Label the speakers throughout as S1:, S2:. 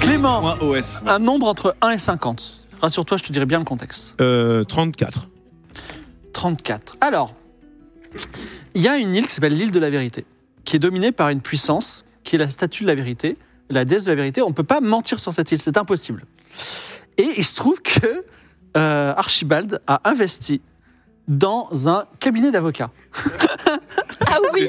S1: Clément,
S2: Point OS.
S1: un nombre entre 1 et 50. Rassure-toi, je te dirai bien le contexte.
S3: Euh, 34.
S1: 34. Alors, il y a une île qui s'appelle l'île de la vérité, qui est dominée par une puissance qui est la statue de la vérité, la déesse de la vérité. On ne peut pas mentir sur cette île, c'est impossible. Et il se trouve que euh, Archibald a investi dans un cabinet d'avocats.
S4: Ah oui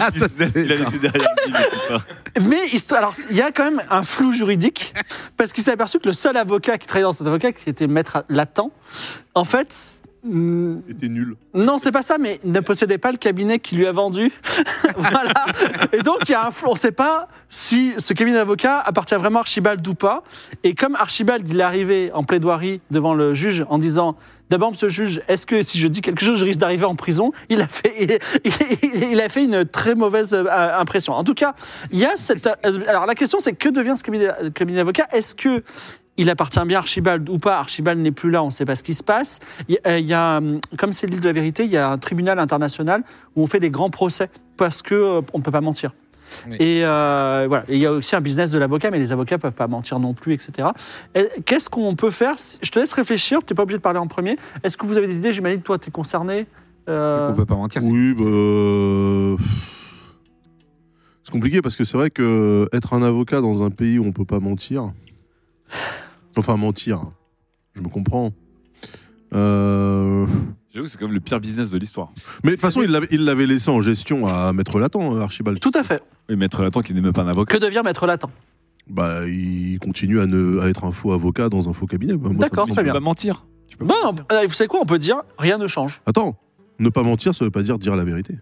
S3: Ah, ça, c'est
S2: Il a laissé derrière lui, je sais pas.
S1: Mais il se- alors, il y a quand même un flou juridique, parce qu'il s'est aperçu que le seul avocat qui travaillait dans cet avocat, qui était maître latent, en fait, hmm,
S2: Il était nul.
S1: Non, c'est pas ça, mais ne possédait pas le cabinet qui lui a vendu. voilà. Et donc, il y a un flou. On ne sait pas si ce cabinet d'avocat appartient vraiment à Archibald ou pas. Et comme Archibald, il est arrivé en plaidoirie devant le juge en disant D'abord, monsieur le juge, est-ce que si je dis quelque chose, je risque d'arriver en prison il a, fait, il, il- il a fait une très mauvaise euh, impression. En tout cas, il y a cette. euh, Alors, la question, c'est que devient ce cabinet, euh, cabinet d'avocat Est-ce que. Il appartient bien à Archibald ou pas. Archibald n'est plus là, on ne sait pas ce qui se passe. Il y a- euh, il y a, hum, comme c'est l'île de la vérité, il y a un tribunal international où on fait des grands procès parce que euh, on ne peut pas mentir.
S3: Oui.
S1: Et euh, voilà. Et il y a aussi un business de l'avocat, mais les avocats peuvent pas mentir non plus, etc. Et Qu'est-ce qu'on peut faire si- Je te laisse réfléchir. Tu n'es pas obligé de parler en premier. Est-ce que vous avez des idées J'imagine que toi, tu es concerné. Euh,
S5: On peut pas mentir. c'est-
S2: Oui, bah. euh, C'est compliqué parce que c'est vrai que être un avocat dans un pays où on peut pas mentir. Enfin, mentir. Je me comprends. Euh,
S3: J'avoue, c'est comme le pire business de l'histoire.
S2: Mais de toute façon, il l'avait- il l'avait laissé en gestion à Maître Latan, Archibald.
S1: Tout à fait.
S3: Oui, Maître Latan qui n'est même pas un avocat.
S1: Que devient maître latin
S2: Bah, il continue à, ne, à être un faux avocat dans un faux cabinet. Bah, moi, ça me
S1: D'accord,
S2: semble-
S1: très
S3: Tu
S1: bien.
S3: peux pas mentir. Tu peux
S1: Bon,
S3: pas mentir.
S1: on- euh, vous savez quoi On peut dire rien ne change.
S2: Attends, ne pas mentir, ça veut pas dire dire la vérité.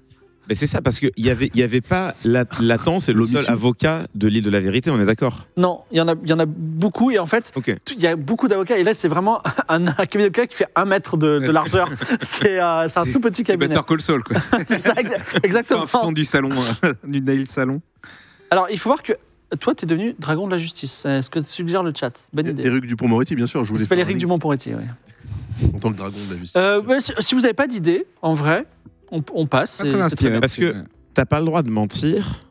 S6: Ben, c'est ça, parce qu'il n'y avait, il y avait pas la- Latan, c'est le seul
S2: L'omission.
S6: avocat de l'île de la vérité, on est d'accord
S1: Non, il y en a, il y en a beaucoup. Et en fait,
S6: Ok.
S1: tout- il y a beaucoup d'avocats. Et là, c'est vraiment un, un cabinet d'avocats qui fait un mètre de, de
S5: Ouais,
S1: largeur. C'est euh, c'est un
S5: c'est-
S1: tout petit
S5: C'est
S1: cabinet.
S5: Better Call Saul, quoi.
S1: C'est ça, ex-
S5: Un fond
S1: exactement.
S5: du salon, euh, du nail salon.
S1: Alors, il faut voir que toi, tu es devenu dragon de la justice. Euh, Ce que suggère le chat. Bonne idée.
S2: Éric Dupont-Moretti, bien sûr. Je
S1: Il
S2: voulais
S1: s'appelle
S2: faire un
S1: Eric
S2: lien
S1: dumont poretti oui.
S2: En tant que dragon de la justice.
S1: Euh, ouais, si, si vous n'avez pas d'idée, en vrai, on, on passe.
S5: Pas
S1: et-
S5: très
S1: c'est
S5: inspiré.
S6: Parce que- T'as pas le droit de mentir,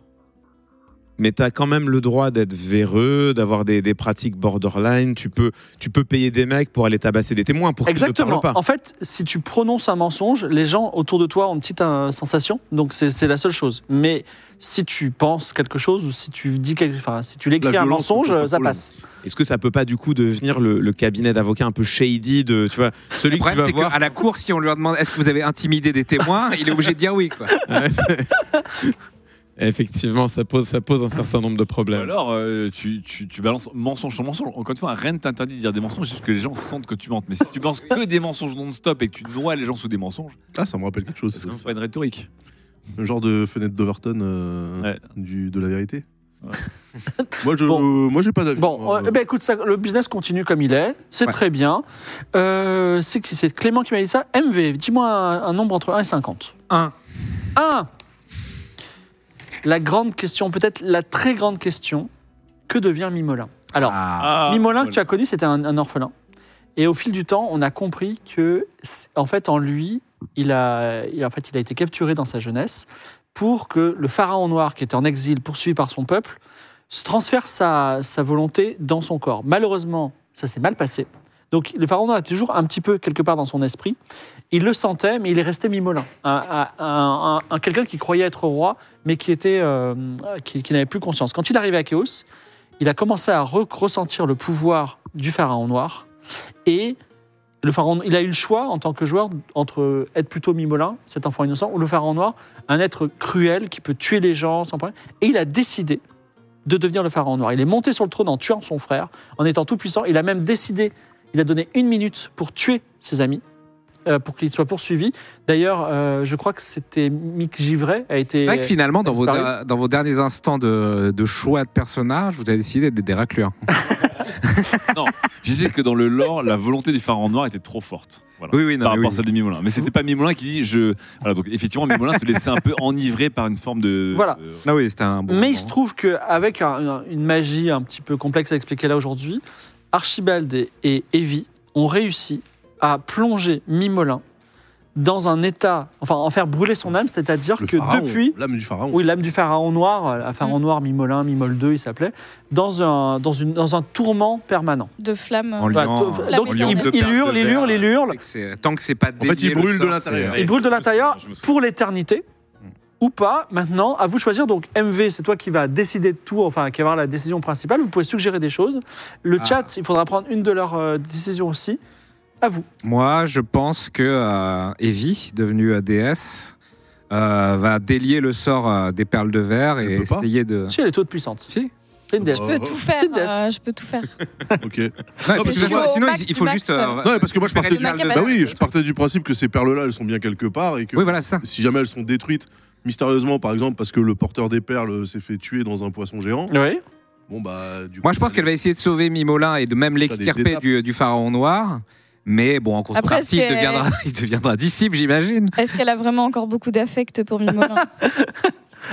S6: mais t'as quand même le droit d'être véreux, d'avoir des, des pratiques borderline. Tu peux, tu peux payer des mecs pour aller tabasser des témoins pour qu'ils ne
S1: Exactement.
S6: parlent pas.
S1: En fait, si tu prononces un mensonge, les gens autour de toi ont une petite euh, sensation. Donc c'est c'est la seule chose. Mais si tu penses quelque chose ou si tu dis quelque, enfin si tu l'écris
S2: La
S1: un
S2: violence
S1: mensonge,
S2: ne pose pas de
S1: ça
S2: problème.
S1: passe.
S6: Est-ce que ça peut pas du coup devenir le, le cabinet d'avocats un peu shady de, tu vois,
S5: Le
S6: celui qui
S5: problème,
S6: va
S5: c'est
S6: voir.
S5: qu'à la cour, si on leur demande est-ce que vous avez intimidé des témoins, il est obligé de dire oui. Quoi.
S6: Ouais, c'est- Effectivement, ça pose, ça pose un certain nombre de
S3: Ou
S1: bah,
S6: problèmes.
S3: alors, euh, tu, tu- tu balances mensonge sur mensonge. Encore une fois, rien ne t'interdit de dire des mensonges, juste que les gens sentent que tu mentes. Mais si tu balances que des mensonges non-stop et que tu noies les gens sous des mensonges,
S2: Ah, ça me rappelle quelque chose.
S3: c'est comme pas une rhétorique.
S2: Le genre de fenêtre d'Overton euh,
S3: Ouais.
S2: du- de la vérité.
S3: Ouais.
S2: moi, je,
S1: Bon.
S2: euh, moi, j'ai pas d'avis.
S1: Bon,
S2: Euh,
S1: euh, ben, écoute, ça, le business continue comme il est. C'est
S5: Ouais.
S1: très bien. Euh, c'est qui- c'est Clément qui m'a dit ça. MV, dis-moi un, un nombre entre 1 et 50.
S5: Un.
S1: 1. La grande question, peut-être la très grande question, que devient Mimolin Alors,
S5: Ah.
S1: Mimolin que tu as connu, c'était un, un orphelin. Et au fil du temps, on a compris que, c'est- en fait, en lui, il a, il- en fait, il a été capturé dans sa jeunesse pour que le pharaon noir, qui était en exil, poursuivi par son peuple, se transfère sa, sa volonté dans son corps. Malheureusement, ça s'est mal passé. Donc, le pharaon noir est toujours un petit peu quelque part dans son esprit. Il le sentait, mais il est resté Mimolin. Un, un- un- un- quelqu'un qui croyait être roi, mais qui, était, euh, qui, qui n'avait plus conscience. Quand il arrivait à Chaos, il a commencé à re- ressentir le pouvoir du pharaon noir et le pharaon, il a eu le choix en tant que joueur entre être plutôt Mimolin, cet enfant innocent, ou le pharaon noir, un être cruel qui peut tuer les gens sans problème. Et il a décidé de devenir le pharaon noir. Il est monté sur le trône en tuant son frère, en étant tout puissant. Il a même décidé, il a donné une minute pour tuer ses amis, euh, pour qu'il soit poursuivi. D'ailleurs, euh, je crois que c'était Mick Givray a été.
S5: C'est vrai que finalement, dans vos,
S1: disparu.
S5: da- dans vos derniers instants de, de choix de personnage, vous avez décidé d'être des raclures.
S3: Je disais que dans le lore, la volonté du pharaon noir était trop forte. Voilà.
S5: Oui, oui, non,
S3: par
S5: mais
S3: rapport à
S5: oui.
S3: celle de Mimolin. Mais c'était pas Mimolin qui dit je. Voilà, donc effectivement, Mimolin se laissait un peu enivrer par une forme de. euh,
S1: Voilà.
S3: de-
S5: Ah oui, c'était un bon.
S1: Mais il
S5: moment.
S1: se trouve qu'avec une magie un petit peu complexe à expliquer là aujourd'hui, Archibald et- et Evie ont réussi à plonger Mimolin dans un état, enfin en faire brûler son âme, c'est-à-dire
S2: Le
S1: que
S2: pharaon,
S1: depuis,
S2: L'âme du pharaon.
S1: oui, l'âme du pharaon noir, euh, la pharaon noir, Mimolin, Mimol 2, il s'appelait, dans un, dans, une, dans un tourment permanent.
S4: De flamme.
S5: En
S1: Bah,
S5: liant-
S1: to-
S5: en
S1: donc,
S5: liant
S4: il-
S5: deux
S1: il
S5: paires de
S1: hurle, il
S5: verres,
S1: hurle, il
S5: euh,
S1: hurle.
S5: et que c'est- Tant que c'est pas
S2: fait, il
S5: délié,
S2: brûle
S5: le
S2: de
S5: sort,
S2: l'intérieur.
S5: c'est-
S1: Il brûle de l'intérieur
S6: Je me souviens.
S1: pour l'éternité
S5: Mm.
S1: ou pas. Maintenant, à vous de choisir. Donc, MV, c'est toi qui vas décider de tout, enfin, qui va avoir la décision principale. Vous pouvez suggérer des choses. Le
S5: Ah.
S1: chat, il faudra prendre une de leurs euh, décisions aussi. À vous.
S5: Moi, je pense que euh, Evie, devenue euh, déesse, euh, va délier le sort euh, des perles de verre et
S2: Elle peut pas.
S5: essayer de.
S1: Si elle est toute puissante.
S5: Si.
S1: C'est une déesse.
S4: Je peux tout faire.
S1: Petite déesse.
S4: euh, je peux tout faire.
S2: Ok. parce
S5: Non, parce que
S2: que
S5: sinon,
S4: au
S5: sinon,
S4: max
S5: il- il faut
S4: du
S5: juste.
S4: max,
S5: euh,
S2: Non, mais parce que moi je partais du...
S5: récupérer les
S4: du-
S5: perles de
S4: Bah
S2: Bah
S5: verre.
S2: oui, je partais du principe que ces perles-là, elles sont bien quelque part et que
S5: Oui, voilà, c'est ça.
S2: si jamais elles sont détruites mystérieusement, par exemple, parce que le porteur des perles s'est fait tuer dans un poisson géant,
S1: Oui.
S2: bon bah du coup...
S5: Moi, je pense qu'elle va essayer de sauver Mimolin et de même
S2: Ça, des
S5: l'extirper
S2: étapes.
S5: du, du pharaon noir. Mais bon, en contrepartie, il
S4: est-ce que-
S5: deviendra, il deviendra disciple, j'imagine.
S4: Est-ce qu'elle a vraiment encore beaucoup d'affect pour Mimolin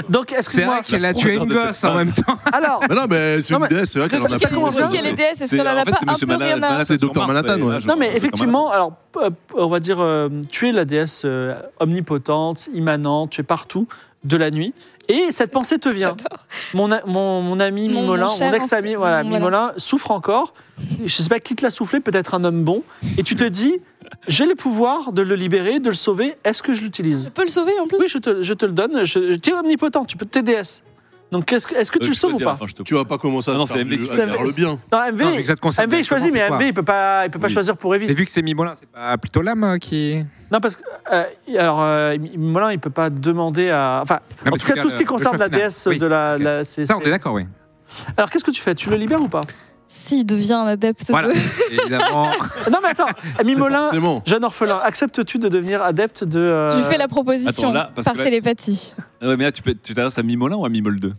S1: Donc,
S5: C'est
S1: excuse-moi.
S5: vrai qu'elle a
S3: la
S5: tué une
S3: froideur de
S5: gosse
S3: cette
S5: en même temps.
S1: Alors,
S2: Mais non, mais c'est
S1: Non, mais-
S2: une déesse, c'est vrai qu'elle en a
S1: ça
S2: plus
S1: commence
S2: besoin.
S1: bien.
S4: Si elle est déesse, est-ce
S3: C'est-
S4: qu'on en a
S3: en fait,
S4: pas
S3: c'est
S4: un
S3: Monsieur
S4: peu rien à...
S3: Manhattan.
S2: C'est
S3: sur
S2: Dr.
S3: Mars,
S2: Manhattan,
S3: et
S2: ouais.
S3: là, je
S1: non,
S3: me
S1: mais
S3: rappelle Dr. Manhattan.
S1: effectivement, alors, euh, on va dire euh, tuer la déesse euh, omnipotente, immanente, tuer partout de la nuit. Et cette pensée te vient.
S4: J'adore.
S1: mon, a- mon, mon ami
S4: Mon-
S1: Mimolin,
S4: mon
S1: mon,
S4: cher
S1: ex-ami,
S4: ancien-
S1: voilà,
S4: voilà.
S1: Mimolin souffre encore. Je sais pas qui te l'a soufflé, peut-être un homme bon. Et tu te dis, j'ai le pouvoir de le libérer, de le sauver. Est-ce que je
S4: Je
S1: l'utilise
S4: peux le sauver en plus
S1: Oui, je te, je te le donne. Je, tu es omnipotent, tu peux TDS. Donc, qu'est-ce que- est-ce que
S3: Euh,
S1: tu le
S3: je
S1: sauves ou
S3: choisis à la
S1: pas
S3: fin, je te-
S2: Tu vas pas commencer à,
S3: Ah non,
S2: te
S3: c'est
S2: faire
S3: MV qui
S2: du- à
S3: choisit.
S2: faire le bien.
S1: Non, MV,
S5: Non, exact concept,
S1: MV est choisi, mais
S5: exactement, c'est
S1: MV, il peut pas, il peut pas
S5: Oui.
S1: choisir pour
S5: Et
S1: Evie.
S5: vu que c'est Mimolin, c'est pas plutôt l'âme euh, qui.
S1: Non, parce que euh, alors euh, Mimolin, il peut pas demander à. Enfin,
S5: mais
S1: en
S5: je
S1: tout cas,
S5: veux
S1: tout
S5: dire,
S1: ce qui
S5: le- le
S1: concerne la
S5: choix final.
S1: déesse
S5: Oui,
S1: de la.
S5: ok.
S1: la- c'est-
S5: Ça, on est
S1: c'est-
S5: d'accord, oui.
S1: Alors, qu'est-ce que tu fais Tu le libères ou pas
S4: S'il devient un adepte
S5: Voilà,
S4: de...
S5: évidemment.
S1: Non, mais attends, Mimolin,
S2: Forcément.
S1: Jeune orphelin, acceptes-tu de devenir adepte de. euh,
S4: Je lui fais la proposition
S3: Attends, là, parce
S4: par
S3: que là-
S4: télépathie.
S3: Ah ouais, mais là, tu peux- tu t'adresses à Mimolin ou à Mimol 2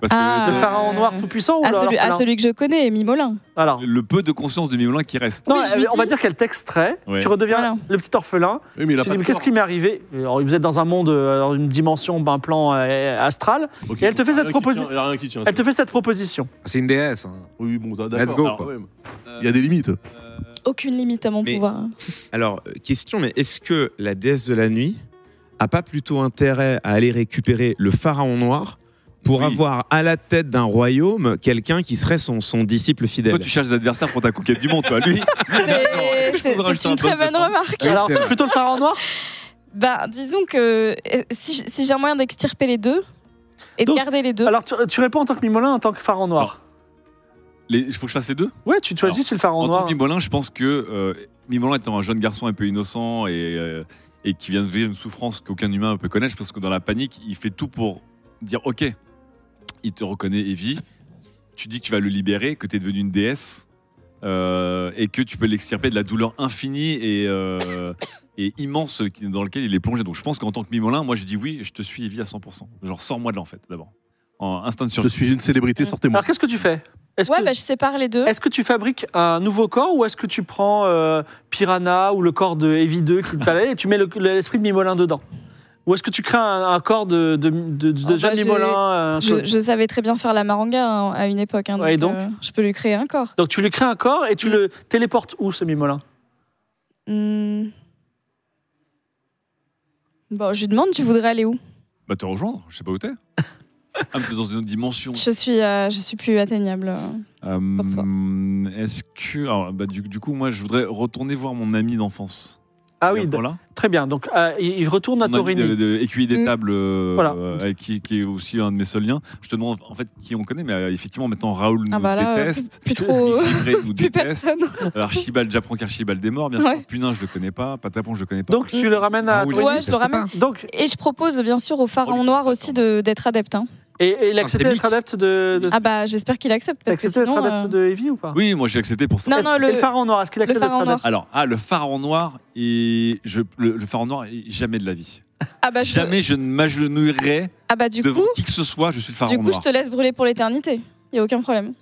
S3: Parce
S4: Ah.
S1: Le
S3: que
S1: pharaon
S4: Euh,
S1: noir tout-puissant ou
S4: à,
S1: le-
S4: celui, à
S1: l'orphelin
S4: celui que je connais, Mimolin.
S1: Alors.
S3: le, le peu de conscience de Mimolin qui reste.
S1: Non,
S4: Oui, je lui
S1: euh, on va
S4: dis.
S1: dire qu'elle t'extrait,
S3: Ouais.
S1: tu redeviens
S4: Voilà.
S1: le petit orphelin.
S2: Oui, mais il a
S1: Tu
S2: pas
S1: dis,
S2: de
S1: mais qu'est-ce
S2: corps.
S1: qui m'est arrivé Alors, Vous êtes dans un monde, euh, dans une dimension, un plan euh, astral.
S2: Ok,
S1: Et elle te fait
S2: y
S1: cette
S2: a rien qui
S1: proposition.
S2: tient, y a rien qui tient.
S1: Elle te fait cette proposition.
S5: C'est une déesse. hein.
S2: Oui, bon, d'accord.
S5: Let's go,
S2: Ah,
S5: quoi.
S2: ouais, mais
S3: Euh,
S2: Il y a des limites.
S4: Aucune limite à mon
S6: Mais-
S4: pouvoir.
S6: Alors, euh, question, mais est-ce que la déesse de la nuit a pas plutôt intérêt à aller récupérer le pharaon noir pour
S3: Oui.
S6: avoir à la tête d'un royaume quelqu'un qui serait son, son disciple fidèle
S3: Toi, tu cherches des adversaires pour ta conquête du monde, toi. Lui,
S4: C'est-
S3: je peux
S4: C'est
S3: vous rajouter
S4: c'est
S3: un
S4: une
S3: poste
S4: très
S3: de
S4: bonne
S3: femme
S4: remarque.
S1: Alors,
S5: c'est
S1: tu es
S5: vrai.
S1: plutôt le pharaon noir
S4: Bah, disons que euh, si, j- si j'ai un moyen d'extirper les deux et
S1: Donc,
S4: de garder
S3: Euh.
S4: les deux,
S1: Alors, tu, tu réponds en tant que Mimolin, en tant que pharaon noir.
S3: il faut que je fasse les deux
S1: Ouais, tu te choisis si le pharaon
S3: En tant
S1: noir.
S3: que Mimolin, je pense que euh, Mimolin étant un jeune garçon un peu innocent et, euh, et qui vient de vivre une souffrance qu'aucun humain ne peut connaître, je pense que dans la panique, il fait tout pour dire Ok, il te reconnaît, Evie, tu dis que tu vas le libérer, que tu es devenue une déesse euh, et que tu peux l'extirper de la douleur infinie et, euh, et immense qui- dans laquelle il est plongé. Donc je pense qu'en tant que Mimolin, moi je dis Oui, je te suis, Evie, à 100%. Genre, sors-moi de l'enfête d'abord. En instant de
S2: Je
S3: survie.
S2: suis une célébrité, sortez-moi.
S1: Alors, qu'est-ce que tu fais Est-ce
S4: ouais,
S1: que,
S4: bah, je sépare les deux.
S1: est-ce que tu fabriques un nouveau corps ou est-ce que tu prends euh, Piranha ou le corps de Heavy 2 qui te parlait et tu mets le- l'esprit de Mimolin dedans Ou est-ce que tu crées un, un corps de, de, de, de
S4: Ah bah,
S1: jeune
S4: j'ai-
S1: Mimolin euh,
S4: Je, je savais très bien faire la maranga hein, à une époque, hein, donc,
S1: Ouais, et donc
S4: euh, je peux lui créer un corps.
S1: Donc tu lui crées un corps et tu
S4: Mm.
S1: le téléportes où ce Mimolin
S4: Hmm. Bon, je lui demande, tu voudrais aller où
S3: Bah, te rejoindre, je sais pas où t'es. Ah, mais t'es dans une autre dimension.
S4: Je suis, euh, je suis plus atteignable. euh.
S3: Euh,
S4: Pour toi.
S3: Est-ce que. alors, bah, du, du coup, moi, je voudrais retourner voir mon ami d'enfance.
S1: Ah oui, d-
S3: voilà.
S1: très bien. Donc euh, il il retourne à
S3: Mon ami de,
S1: Torini.
S3: de- écuyer des
S4: Mm.
S3: tables, euh,
S1: Voilà.
S3: euh, avec qui, qui est aussi un de mes seuls liens. Je te demande en fait qui on connaît, mais euh, effectivement, maintenant, Raoul nous
S4: Ah bah là, euh,
S3: déteste.
S4: plus, plus trop,
S3: Livré nous
S4: plus
S3: déteste.
S4: personne.
S3: Euh, Archibald, j'apprends qu'Archibald est mort, bien
S4: Ouais.
S3: sûr. Punain, je le connais pas. Patapon, je le connais pas.
S1: Donc tu le ramènes à
S3: Ah oui,
S1: Torini.
S4: Ouais, je le
S5: Reste
S4: ramène.
S1: Donc
S4: Et je propose bien sûr au pharaon noir aussi de- d'être adepte. hein.
S1: Et, et il a accepté
S5: Endémique.
S1: d'être adepte de. de...
S4: Ah bah j'espère qu'il accepte
S1: il a
S4: parce que
S1: accepté d'être
S4: sinon.
S1: adepte
S4: euh,
S1: de Heavy ou pas
S3: Oui, moi j'ai accepté pour ça.
S4: Non,
S1: Est-ce-
S4: non,
S1: et
S4: le-
S1: le pharaon noir, est-ce qu'il accepte d'être
S4: pharaon noir.
S1: adepte
S3: Alors, ah, le pharaon noir, et je, le, le pharaon noir, et jamais de la vie.
S4: Ah bah je-
S3: Jamais je ne m'agenouillerai
S4: Ah bah du
S3: devant
S4: coup,
S3: qui que ce soit, je suis le pharaon
S4: du coup je
S3: noir.
S4: te laisse brûler pour l'éternité. Il y a aucun problème.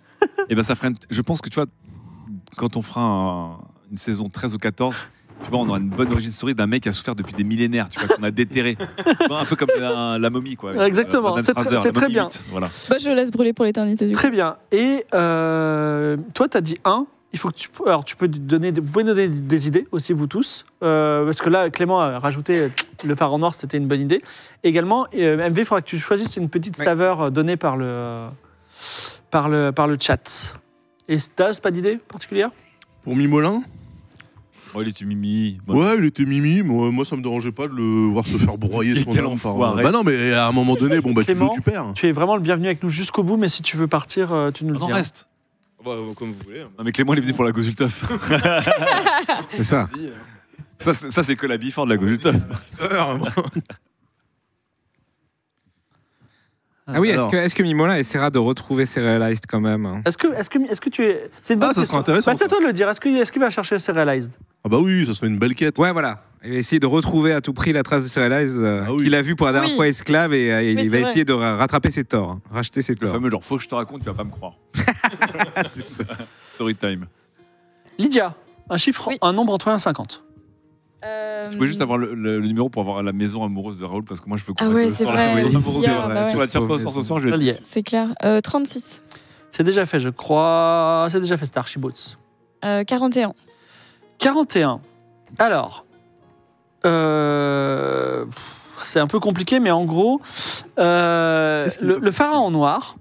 S3: Et ben ça ferait. une- Je pense que tu vois, quand on fera un- une saison 13 ou 14, tu vois, on aura une bonne origine story d'un mec qui a souffert depuis des millénaires, tu vois, qu'on a déterré. Tu vois, un peu comme la, la momie, quoi. avec,
S1: Exactement,
S3: Brendan
S1: c'est très-
S3: Fraser,
S1: c'est
S3: la momie
S1: très bien.
S3: huit, Voilà.
S4: Bah je le laisse brûler pour l'éternité du coup.
S1: Très bien. Et euh, toi, tu as dit 1. Il faut que tu, alors tu peux donner, des- vous pouvez donner des- des idées aussi, vous tous. Euh, parce que là, Clément a rajouté euh, le pharaon noir, c'était une bonne idée. Également, euh, MV, il faudra que tu choisisses une petite
S5: Ouais.
S1: saveur euh, donnée par le, par le, par le chat. Et Stas, pas d'idée particulière
S2: Pour Mimolin
S3: Oh, il est mimi. Bon.
S2: Ouais, il était mimi. Moi, moi, ça me dérangeait pas de le voir se faire broyer
S3: Quel
S2: son arme par-
S3: enfoiré.
S2: Bah non, mais à un moment donné, bon, bah tu
S1: Clément.
S2: joues, tu perds.
S1: Tu es vraiment le bienvenu avec nous jusqu'au bout, mais si tu veux partir, euh, tu nous le
S3: Non,
S1: dis. hein.
S3: reste.
S6: comme vous voulez.
S3: Non, mais Clément, il est venu pour la Gozultov.
S5: C'est ça.
S3: ça, c'est ça, c'est que la bifort de la Gozultov.
S5: Ah oui, est-ce
S2: Alors.
S5: que, est-ce que Mimola essaiera de retrouver Serialized quand même hein
S1: Est-ce que, est-ce que, est-ce que tu es. C'est une
S2: Ah,
S1: bonne
S2: ça
S1: question.
S2: sera intéressant,
S1: Bah, c'est à
S2: ça.
S1: toi de le dire. Est-ce que- est-ce qu'il va chercher Serialized
S2: Ah bah oui, ça serait une belle quête.
S5: Ouais, voilà. Il va essayer de retrouver à tout prix la trace de Serialized euh,
S2: Ah oui.
S5: qu'il a vu pour la dernière
S4: Oui.
S5: fois esclave et euh,
S4: Mais
S5: il va
S4: c'est vrai.
S5: essayer de ra- rattraper ses torts, hein, racheter ses
S3: Le
S5: torts.
S3: fameux genre, faut que je te raconte, tu vas pas me croire.
S5: C'est ça.
S3: Story time.
S1: Lydia, un chiffre,
S4: Oui.
S1: un nombre entre 1 et 50.
S4: Euh,
S3: Tu pouvais juste avoir le, le- le numéro pour avoir la maison amoureuse de Raoul parce que moi je veux qu'on
S4: Ah
S3: mette
S4: ouais,
S3: le
S4: c'est
S3: sort
S4: vrai,
S3: la maison
S4: oui.
S3: amoureuse
S4: Yeah,
S3: de-
S4: bah
S3: Si on
S5: ouais.
S3: la tire pas au sort ce soir, je vais
S1: Je l'y ai.
S4: C'est clair. Euh, 36.
S1: C'est déjà fait, je crois. C'est déjà fait, c'était Archibots.
S4: Euh, 41.
S1: 41. Alors, euh, pff, c'est un peu compliqué, mais en gros, euh,
S2: Qu'est-ce qu'il
S1: le,
S2: veut
S1: le pharaon noir,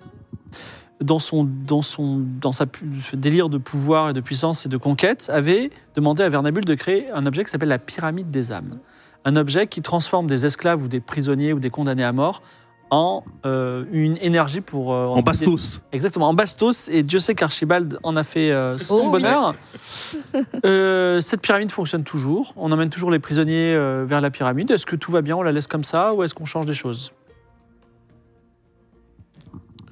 S1: dans, son, dans, son, dans sa, pu- ce délire de pouvoir et de puissance et de conquête, avait demandé à Vernabule de créer un objet qui s'appelle la pyramide des âmes. Un objet qui transforme des esclaves ou des prisonniers ou des condamnés à mort en euh, une énergie pour... euh,
S2: En bastos.
S1: Exactement, en bastos, et Dieu sait qu'Archibald en a fait euh,
S4: Oh
S1: son
S4: oui.
S1: bonheur. Euh, cette pyramide fonctionne toujours. On emmène toujours les prisonniers euh, vers la pyramide. Est-ce que tout va bien On la laisse comme ça ou est-ce qu'on change des choses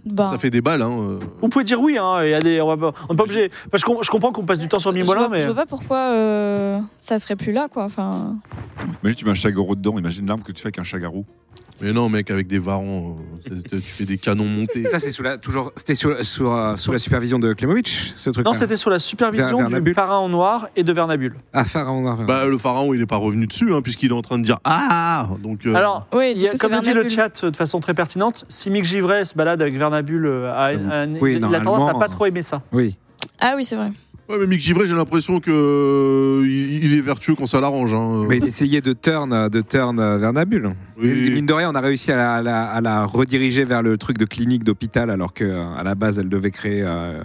S4: Bah,
S2: Ça fait des balles, hein. euh.
S1: Vous pouvez dire oui, hein, il y a des, on va pas- on n'est pas obligé. Parce que je com- je comprends qu'on passe du temps sur
S4: je,
S1: Mimolin,
S4: vois,
S1: mais.
S4: je vois pas pourquoi euh, ça serait plus là quoi. Enfin,
S3: Imagine, tu mets un chagarou dedans, imagine l'arme que tu fais avec un chagarou.
S2: Mais non, mec, avec des varons, euh, tu tu fais des canons montés.
S5: Ça, c'est sous la, toujours, c'était sous, la- sous, la- sous la supervision de Klemovic, ce truc-là.
S1: Non, c'était sur la supervision
S5: Ver-
S1: du
S5: Vernabule.
S1: pharaon noir et de Vernabule.
S5: Ah, Pharaon Noir. Pharaon.
S2: Bah, le pharaon, il est pas revenu dessus, hein, puisqu'il est en train de dire Ah Donc, euh,
S1: Alors,
S4: oui,
S1: il
S4: du
S1: y a-
S4: coup, c'est
S1: comme le dit le
S4: Vernabule.
S1: chat euh, de façon très pertinente, si Mick Givray se balade avec Vernabule, euh, à- à-
S5: Oui,
S1: il a tendance à
S5: normalement. hein.
S1: pas trop aimer ça.
S5: Oui.
S4: Ah oui, c'est vrai.
S2: ouais, mais Mick Givray, j'ai l'impression que euh, il il est vertueux quand ça l'arrange. Hein.
S5: Mais il essayait de turn, euh, de turn euh, Vernabule. Et
S2: Oui.
S5: Mine de rien, on a réussi à la, à la- à la rediriger vers le truc de clinique d'hôpital, alors que euh, à la base, elle devait créer euh,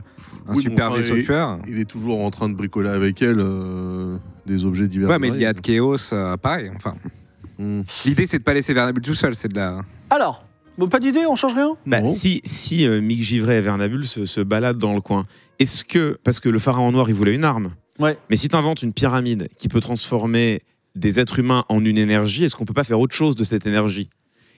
S5: un
S2: Oui,
S5: super
S2: bon,
S5: vaisseau
S2: et-
S5: tueur.
S2: Il est toujours en train de bricoler avec elle euh, des objets divers.
S5: Ouais, mais il y a
S2: variés.
S5: de chaos, euh, pareil. Enfin,
S2: Hmm.
S5: l'idée, c'est de pas laisser Vernabule tout seul. C'est de la.
S1: Alors, bon, pas d'idée, on change rien
S6: Bah,
S2: Non.
S6: si si euh, Mick Givray et Vernabule se, se baladent dans le coin, est-ce que. Parce que le pharaon noir, il voulait une arme.
S1: Ouais.
S6: Mais si tu inventes une pyramide qui peut transformer des êtres humains en une énergie, est-ce qu'on peut pas faire autre chose de cette énergie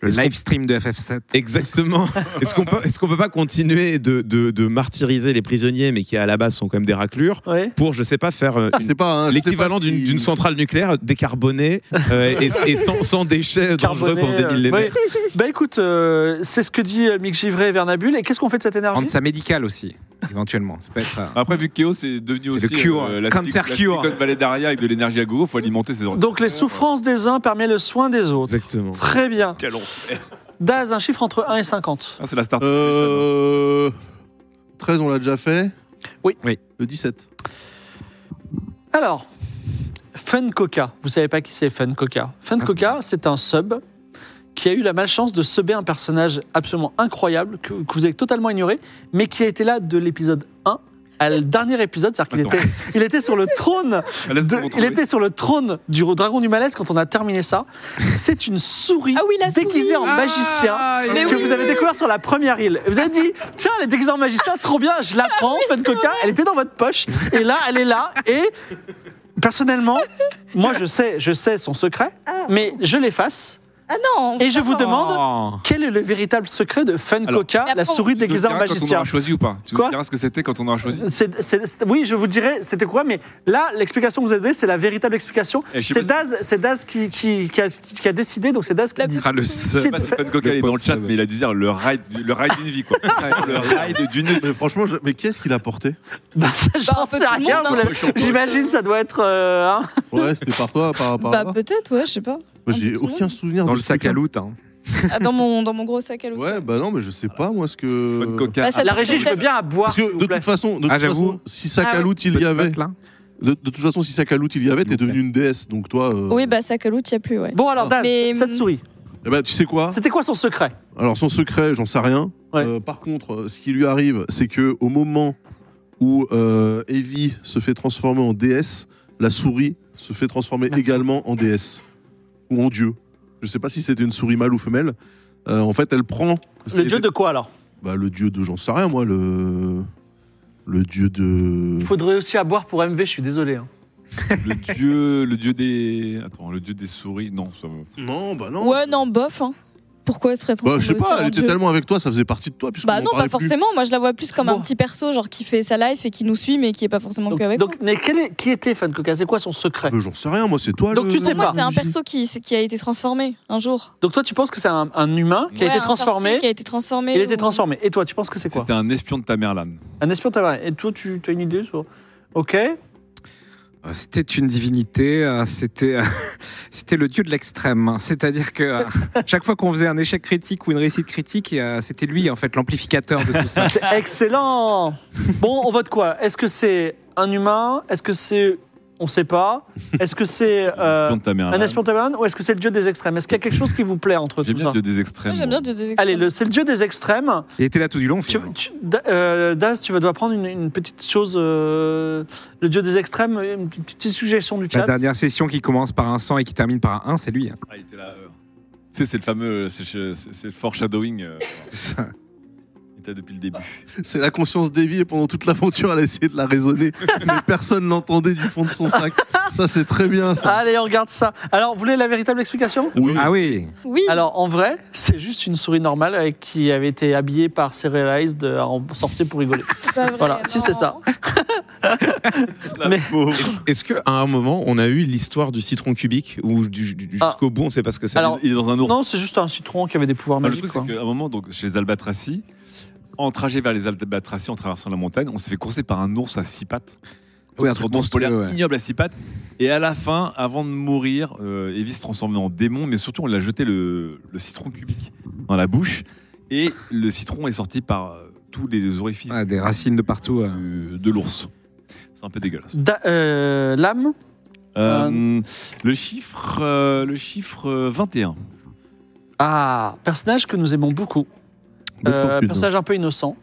S5: Le
S6: Est-ce qu'on-
S5: live stream de FF7.
S6: Exactement. Est-ce qu'on peut, est-ce qu'on peut pas continuer de, de, de martyriser les prisonniers, mais qui à la base sont quand même des raclures,
S1: Ouais.
S6: pour, je sais pas, faire euh,
S2: Je sais pas, hein, je sais
S6: l'équivalent
S2: pas si-
S6: d'une d'une centrale nucléaire décarbonée euh, et, et sans, sans déchets dangereux pour
S1: Carboné,
S6: des
S1: euh,
S6: millénaires
S1: ouais. Bah écoute, euh, c'est ce que dit euh, Mick Givray et Vernabule. Et qu'est-ce qu'on fait de cette énergie
S5: Rendre ça médical aussi, éventuellement. Ça peut être. euh,
S3: Après, vu que Kéo, c'est devenu aussi.
S5: C'est
S3: euh,
S5: le cure,
S3: la
S5: cancer
S3: la
S5: cure.
S3: Silicon Valley d'Aria avec de l'énergie à gogo, faut alimenter ses ordres.
S1: Donc les souffrances des uns permettent le soin des autres.
S6: Exactement.
S1: Très bien.
S3: Quel enfer.
S1: Daz, un chiffre entre 1 et 50.
S3: Ah, c'est la start
S2: Euh, 13, on l'a déjà fait
S1: Oui.
S5: Oui.
S2: Le 17.
S1: Alors, Fun Coca. Vous savez pas qui c'est Fun Coca Fun
S5: Ah,
S1: Coca, c'est un sub qui a eu la malchance de subber un personnage absolument incroyable que, que vous avez totalement ignoré, mais qui a été là de l'épisode 1 à le dernier épisode, c'est-à-dire qu'il
S3: Attends.
S1: était, il était sur le trône
S3: Ah, Bah,
S1: De- il était sur le trône du dragon du malaise quand on a terminé ça. C'est une souris
S4: Ah oui, la
S1: déguisée
S4: souris.
S1: en magicien
S3: Ah,
S4: mais
S1: que
S4: oui.
S1: vous avez découvert sur la première île. Et Vous avez dit, tiens, elle est déguisée en magicien, trop bien, je
S4: Ah
S1: la prends, faites coca, elle était dans votre poche. Et là, elle est là. Et personnellement, moi, je sais, je sais son secret, mais je l'efface.
S4: Ah non on
S1: Et je
S4: fait
S1: vous
S4: pas.
S1: demande-
S2: Ah.
S5: Oh.
S1: Quel est le véritable secret de Fun
S3: Alors,
S1: Coca,
S4: la
S1: la
S4: peau.
S1: souris
S3: Tu nous
S1: déguisée en
S3: diras quand on
S1: magicien
S3: aura choisi ou pas Tu
S1: Quoi
S3: nous diras ce que c'était quand on aura choisi
S1: C'est- c'est- c'est- oui, je vous dirais, c'était quoi, mais là, l'explication que vous avez donnée, c'est la véritable explication.
S3: Eh, je sais
S1: C'est
S3: pas
S1: Daz, c'est Daz qui, qui, qui a, qui a décidé, donc c'est Daz qui
S4: La
S1: dit.
S4: petite-
S3: Ah, le seul.
S1: Qui-
S3: Pas Stephen Coca, il est dans le chat, mais il a dû dire le ride, le ride d'une vie, quoi. le ride d'une vie.
S2: Mais franchement, je- mais qu'est-ce qu'il a porté
S1: Bah, J'en
S4: un peu
S1: sais
S4: tout le
S1: rien,
S4: monde,
S1: vous
S4: hein.
S1: l'avez- Oh j'imagine, ça doit être. euh, hein.
S2: Ouais, c'était par toi, par, par
S4: Bah
S2: hasard
S4: peut-être, ouais, je sais pas.
S2: Moi, j'ai
S4: un peu
S2: aucun souvenir
S5: Dans
S2: de
S5: le
S2: ce
S5: sac
S2: truc-là.
S5: à loot. hein.
S4: Ah, dans, mon, dans mon gros sac à l'eau.
S2: Ouais, bah non, mais je sais pas, moi, ce que.
S3: Fun Coca.
S4: Bah, ça-
S1: La régie, je veux bien à boire.
S2: Parce que
S1: s'il vous
S2: de
S1: plaît.
S2: toute façon, de
S5: Ah,
S2: toute
S5: j'avoue.
S2: façon si sac
S4: Ah
S2: à
S4: ouais.
S2: loot il y avait,
S5: Peut-être, là
S2: de, de toute façon, si sac à loot il y avait, t'es devenu une déesse. Donc toi. euh,
S4: Oui, bah sac à l'eau, y a plus, ouais.
S1: Bon, alors, Daz,
S4: Mais- euh,
S1: cette souris,
S2: eh ben, tu sais quoi
S1: c'était quoi son secret
S2: Alors son secret, j'en sais rien.
S1: Ouais.
S2: Euh, par contre, euh, ce qui lui arrive, c'est que au moment où euh, Evie se fait transformer en déesse, la souris se fait transformer
S1: Merci.
S2: également en déesse ou en dieu. Je sais pas si c'était une souris mâle ou femelle. Euh, en fait, elle prend
S1: Le dieu de quoi alors
S2: Bah, le dieu de j'en sais rien moi le le dieu de
S1: Il faudrait aussi à boire pour MV, je suis désolé. hein.
S3: Le dieu, le dieu des. Attends, le dieu des souris. Non, ça me-
S2: non bah non.
S4: Ouais, non, bof, hein. Pourquoi elle se ferait
S2: Bah, je sais
S4: transformer aussi
S2: pas,
S4: en
S2: elle était
S4: dieu
S2: tellement avec toi, ça faisait partie de toi. puisqu'on
S4: Bah
S2: en
S4: non,
S2: parlait
S4: pas
S2: plus.
S4: forcément. Moi, je la vois plus comme
S1: Bon.
S4: un petit perso, genre qui fait sa life et qui nous suit, mais qui est pas forcément
S1: Donc,
S4: que avec
S1: donc, mais quel est- qui était Fun Coca C'est quoi son secret
S2: Euh, J'en sais rien, moi c'est toi.
S1: Donc,
S2: le-
S1: tu ne sais
S4: nous. Pour
S1: pas.
S4: moi, c'est un perso qui, c'est- qui a été transformé un jour.
S1: Donc toi, tu penses que c'est un, un humain qui a
S4: Ouais,
S1: été
S4: un
S1: transformé
S4: sorcier Qui a été transformé.
S1: Il a été
S4: ou-
S1: transformé. Et toi, tu penses que c'est quoi
S3: c'était un espion de ta mère, Lan.
S1: Un espion tabaret. Et toi, tu as une idée sur... Ok.
S5: Euh, C'était une divinité, euh, c'était euh, c'était le dieu de l'extrême. C'est-à-dire que euh, chaque fois qu'on faisait un échec critique ou une réussite critique, euh, c'était lui en fait l'amplificateur de tout ça.
S1: Ah, C'est excellent Bon, on vote quoi Est-ce que c'est un humain Est-ce que c'est... On sait pas. Est-ce que c'est euh,
S3: espion de ta mère,
S1: un
S3: Lan.
S1: espion tabaret ou est-ce que c'est le dieu des extrêmes Est-ce qu'il y a quelque chose qui vous plaît entre
S3: J'aime
S1: tout
S3: bien
S1: ça
S3: le dieu des extrêmes.
S4: Moi, j'aime
S3: moi.
S4: bien le dieu des
S1: Allez,
S4: extrêmes.
S1: le- c'est le dieu des extrêmes.
S5: Il était là tout du long
S1: Tu-
S5: finalement.
S1: tu- Da- euh, Daz, tu vas devoir prendre une, une petite chose, euh, le dieu des extrêmes, une petite petite suggestion du
S5: La
S1: chat.
S5: dernière session qui commence par un 100 et qui termine par un 1, c'est lui. hein.
S3: Ah, il était là. euh. Tu sais, c'est le fameux. euh, C'est c'est- c'est le foreshadowing. euh,
S5: Ça.
S3: Il était là depuis le début.
S2: C'est la conscience d'Evie et pendant toute l'aventure, elle a essayé de la raisonner. mais personne l'entendait du fond de son sac. Ça, c'est très bien, ça.
S1: Allez, on regarde ça. Alors, vous voulez la véritable explication
S2: Oui.
S5: Ah oui,
S4: Oui.
S1: Alors, en vrai, c'est juste une souris normale euh, qui avait été habillée par Serialized euh, en sorcier pour rigoler.
S4: c'est pas vrai,
S1: Voilà, si
S4: non.
S1: c'est ça. Ah, euh,
S6: Est-ce qu'à un moment, on a eu l'histoire du citron cubique ou du- du- du-
S1: Ah.
S6: jusqu'au bout, on ne sait pas ce que c'est
S1: Alors-
S3: il est dans un ours.
S1: Non, c'est juste un citron qui avait des pouvoirs
S3: Non, Ah, le
S1: magiques.
S3: truc, c'est
S1: quoi.
S3: qu'à un moment, donc, chez les Albatracies, en trajet vers les Albatracies, en traversant la montagne, on s'est fait courser par un ours à six pattes.
S5: Oui, un
S3: Sur
S5: truc
S3: ours polaire
S5: monstrueux, ouais.
S3: ignoble à six pattes. Et à la fin, avant de mourir, euh, Evie se transformait en démon, mais surtout, on l'a jeté le, le citron cubique dans la bouche. Et le citron est sorti par euh, tous les orifices
S5: Ah, des racines de partout. euh.
S3: du- de l'ours. C'est un peu dégueulasse.
S1: Da- euh, L'âme,
S3: Euh, le chiffre, euh, le chiffre euh, 21.
S1: ah, personnage que nous aimons beaucoup,
S2: Bonne
S1: Euh,
S2: fortune. hein.
S1: personnage un peu innocent.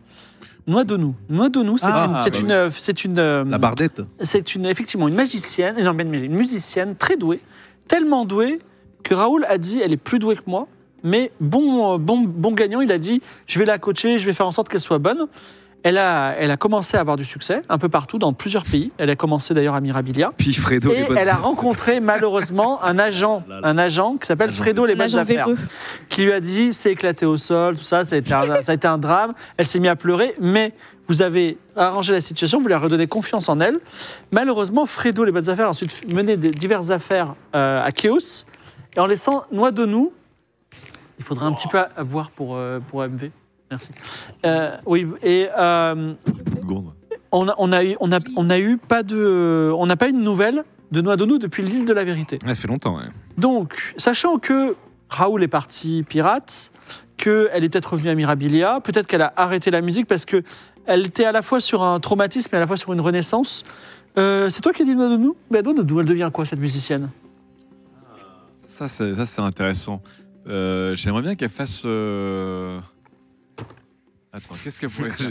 S1: Noix de nous. Noix de nous, c'est
S3: Ah,
S1: une, c'est
S3: bah
S1: une,
S3: oui.
S1: euh, c'est une, euh,
S2: La bardette.
S1: c'est une, effectivement une magicienne, non, mais une musicienne très douée, tellement douée que Raoul a dit elle est plus douée que moi, mais bon, euh, bon, bon gagnant, il a dit je vais la coacher, je vais faire en sorte qu'elle soit bonne. Elle a, elle a commencé à avoir du succès un peu partout dans plusieurs pays. Elle a commencé d'ailleurs à Mirabilia.
S5: Puis Fredo,
S1: Et
S5: les bonnes-
S1: elle a rencontré malheureusement un agent, un agent qui s'appelle
S3: L'agent
S1: Fredo les
S4: Un
S1: bonnes
S4: agent
S1: affaires,
S4: véreux.
S1: qui lui a dit c'est éclaté au sol, tout ça, ça a été un, ça a été un drame. Elle s'est mise à pleurer, mais vous avez arrangé la situation, vous lui avez redonné confiance en elle. Malheureusement, Fredo les bonnes affaires a ensuite mené des- diverses affaires euh, à Chaos et en laissant Noix de nous. Il faudrait un petit peu à, à boire pour euh, pour MV. Merci. Euh, oui et euh,
S3: Coup de gourde.
S1: on a, on a eu on a, on a eu pas de on n'a pas eu de nouvelles de Noix de nous depuis l'île de la vérité.
S5: Ouais, ça fait longtemps. ouais.
S1: Donc, sachant que Raoul est parti pirate, qu'elle est peut-être revenue à Mirabilia, peut-être qu'elle a arrêté la musique parce que elle était à la fois sur un traumatisme et à la fois sur une renaissance. Euh, c'est toi qui as dit Noix de nous Mais Noix de nous, elle devient quoi cette musicienne
S3: Ça, c'est ça, c'est intéressant. Euh, J'aimerais bien qu'elle fasse. euh, Attends, qu'est-ce qu'elle pourrait faire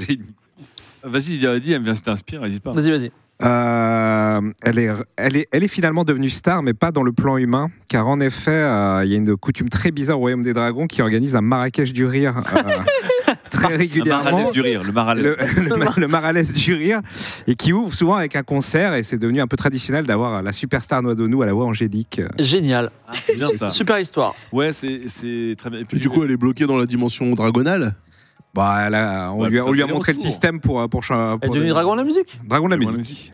S3: Vas-y, dis, dis, elle me vient, si t'inspire, n'hésite pas.
S1: Vas-y, vas-y.
S5: Euh, elle, est, elle, est, elle est finalement devenue star, mais pas dans le plan humain, car en effet, euh, il y a une coutume très bizarre au Royaume des Dragons qui organise un Marrakech du rire euh, très
S3: Le
S5: régulièrement.
S3: maralès du rire, le maralès.
S5: Le, le, ma- le Maralès du rire, et qui ouvre souvent avec un concert, et c'est devenu un peu traditionnel d'avoir la superstar Noa Donou à la voix angélique.
S1: Génial.
S3: Ah, c'est bien ça.
S1: Super histoire.
S3: Ouais, c'est c'est très bien. Et
S2: Et du coup, elle est bloquée dans la dimension dragonale.
S5: Bah, là, on,
S3: Ouais,
S5: lui a, on lui a
S3: peut-être
S5: montré le
S3: retour.
S5: système pour. euh, pour, pour,
S1: Elle est devenue dragon de la musique.
S5: Dragon de la
S3: Dragon de la
S5: musique.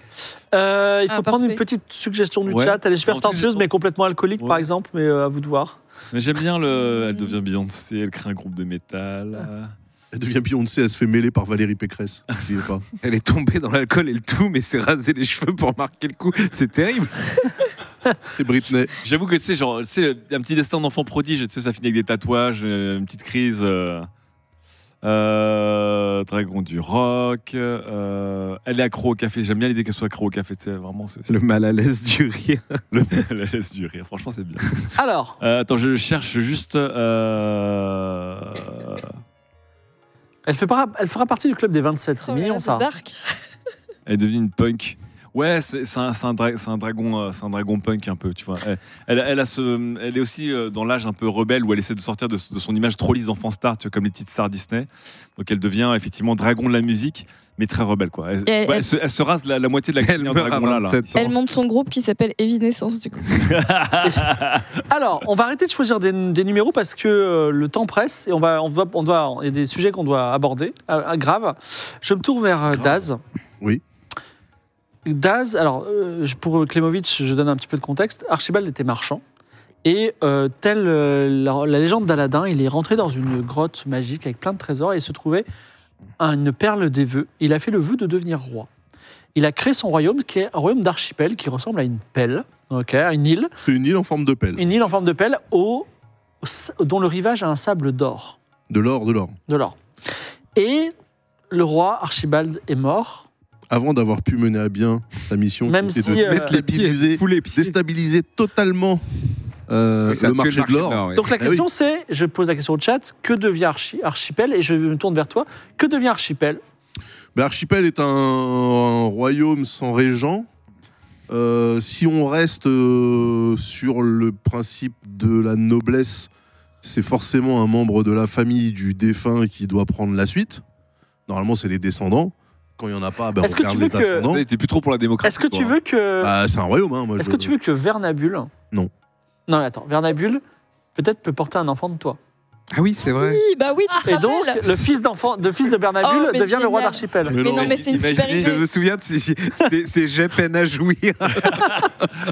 S1: Euh, il faut
S4: Ah,
S1: prendre
S4: parfait.
S1: une petite suggestion du
S3: Ouais.
S1: chat. Elle est super
S3: En tout cas,
S1: tenteuse,
S3: j'ai-
S1: mais complètement alcoolique,
S3: Ouais.
S1: par exemple, mais euh, à vous de voir.
S3: Mais j'aime bien le. Elle devient Beyoncé, elle crée un groupe de métal.
S2: Elle devient Beyoncé, elle se fait mêler par Valérie Pécresse. N'oubliez pas.
S5: Elle est tombée dans l'alcool et le tout, mais s'est rasé les cheveux pour marquer le coup. C'est terrible.
S2: C'est Britney.
S3: J'avoue que tu sais, genre, tu sais, un petit destin d'enfant prodige, tu sais, ça finit avec des tatouages, euh, une petite crise. euh, euh, dragon du rock. euh, elle est accro au café. J'aime bien l'idée qu'elle soit accro au café. Tu sais, vraiment, c'est
S5: Le mal à l'aise du rire.
S3: la laisse du rire. Franchement, c'est bien.
S1: Alors,
S3: Euh, attends, je cherche juste. euh,
S1: elle, fait para- elle fera partie du club des 27.
S4: Oh
S1: C'est
S4: là là,
S1: mignon,
S4: c'est
S1: ça.
S4: dark.
S3: Elle est devenue une punk. Ouais, c'est c'est un, c'est un dra- c'est un dragon, euh, c'est un dragon punk un peu, tu vois. Elle, elle, elle a ce, elle est aussi euh, dans l'âge un peu rebelle où elle essaie de sortir de, de son image trop lisse d'enfant star, tu vois, comme les petites stars Disney. Donc elle devient effectivement dragon de la musique, mais très rebelle quoi. Elle,
S4: Et elle-
S3: tu vois, elle se, elle se rase la, la moitié de la
S5: Elle
S3: crinière
S5: meurt à
S3: dragon là. là.
S5: 27
S4: Elle monte son groupe qui s'appelle Evanescence, du coup.
S1: Alors, on va arrêter de choisir des, des numéros parce que euh, le temps presse et on va, on va, on doit, il y a des sujets qu'on doit aborder, euh, grave. Je me tourne vers euh, Daz.
S2: Oui.
S1: Daz, alors euh, je- pour Klemovic, je donne un petit peu de contexte. Archibald était marchand et euh, tel euh, la, la légende d'Aladin, il est rentré dans une grotte magique avec plein de trésors et il se trouvait une perle des vœux. Il a fait le vœu de devenir roi. Il a créé son royaume qui est un royaume d'archipel qui ressemble à une pelle, ok, à une île
S2: C'est une île en forme de pelle.
S1: une île en forme de pelle au, au sa- dont le rivage a un sable d'or,
S2: De l'or, de l'or.
S1: de l'or. Et le roi Archibald est mort.
S2: Avant d'avoir pu mener à bien sa mission,
S1: Même
S2: qui était
S1: si,
S2: de
S1: euh,
S2: déstabiliser,
S5: Fous les pieds.
S2: déstabiliser totalement euh,
S5: Oui, ça a
S2: le
S5: tué
S2: marché de l'or.
S5: ouais.
S1: Donc la
S2: Ah oui.
S1: question c'est, je pose la question au chat, que devient Archi- Archipel Et je me tourne vers toi, que devient Archipel
S2: Mais Archipel est un, un royaume sans régent. Euh, si on reste euh, sur le principe de la noblesse, c'est forcément un membre de la famille du défunt qui doit prendre la suite. Normalement, c'est les descendants. Quand il n'y en a pas, ben, on
S1: Est-ce que tu
S2: regarde
S1: veux
S2: les
S1: que-
S2: ascendants.
S3: T'es plus trop pour la démocratie.
S1: Est-ce que tu
S3: toi,
S1: veux que,
S2: Bah, c'est un royaume. Hein, moi,
S1: est-ce
S2: je-
S1: que tu veux que Vernabule
S2: Non.
S1: Non, mais attends, Vernabule peut-être peut porter un enfant de toi.
S5: Ah oui, c'est vrai.
S4: Oui, bah oui, tu te
S1: Et donc
S4: rappelles.
S1: le fils d'enfant, de fils de Vernabule
S4: Oh, mais
S1: devient le roi
S4: génial.
S1: d'Archipel.
S4: Mais
S3: non,
S4: non, mais c'est une super
S3: imaginez-
S5: Je
S4: idée.
S5: me souviens de ces, ces, ces jets peine à jouir.
S3: hein.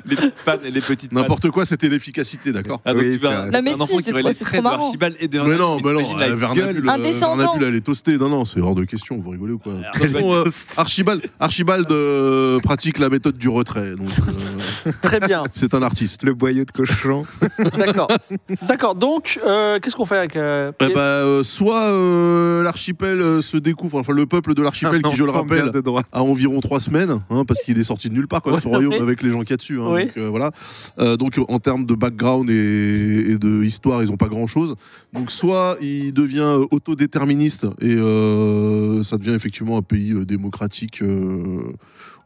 S3: Les, petites pannes, les petites pattes.
S2: N'importe quoi, c'était l'efficacité, d'accord
S3: Ah, donc
S5: Oui,
S3: tu
S5: c'est
S3: vas
S5: vrai.
S3: t'as
S4: Non, mais
S3: un enfant
S4: si,
S3: qui
S4: c'est
S3: aurait
S4: trop-
S3: les
S4: c'est
S3: traits de
S4: trop marrant.
S3: Archibald et de
S2: Mais non, mais non,
S3: T'imagines la
S2: euh, Vernabule,
S3: gueule.
S2: euh,
S4: Un descendant.
S2: Vernabule, elle est toastée. Non, non, c'est hors de question. Vous rigolez ou quoi De toute façon, euh, Archibald, Archibald euh, pratique la méthode du retrait. Donc, euh,
S1: Très bien,
S2: c'est un artiste.
S5: Le boyau de cochon.
S1: d'accord. D'accord, donc euh, qu'est-ce qu'on fait avec... euh,
S2: Eh ben, euh, soit euh, l'archipel euh, se découvre, enfin le peuple de l'archipel, qui je le
S5: Enfant bien
S2: rappelle,
S5: De droite.
S2: a environ trois semaines, hein, parce qu'il est sorti de nulle part quand même,
S1: Ouais,
S2: son royaume
S1: oui.
S2: avec les gens qu'il y a dessus. hein,
S1: Oui.
S2: donc, euh, voilà. Euh, donc en termes de background et, et de histoire, ils n'ont pas grand-chose. Donc soit il devient euh, autodéterministe et euh, ça devient effectivement un pays euh, démocratique, euh,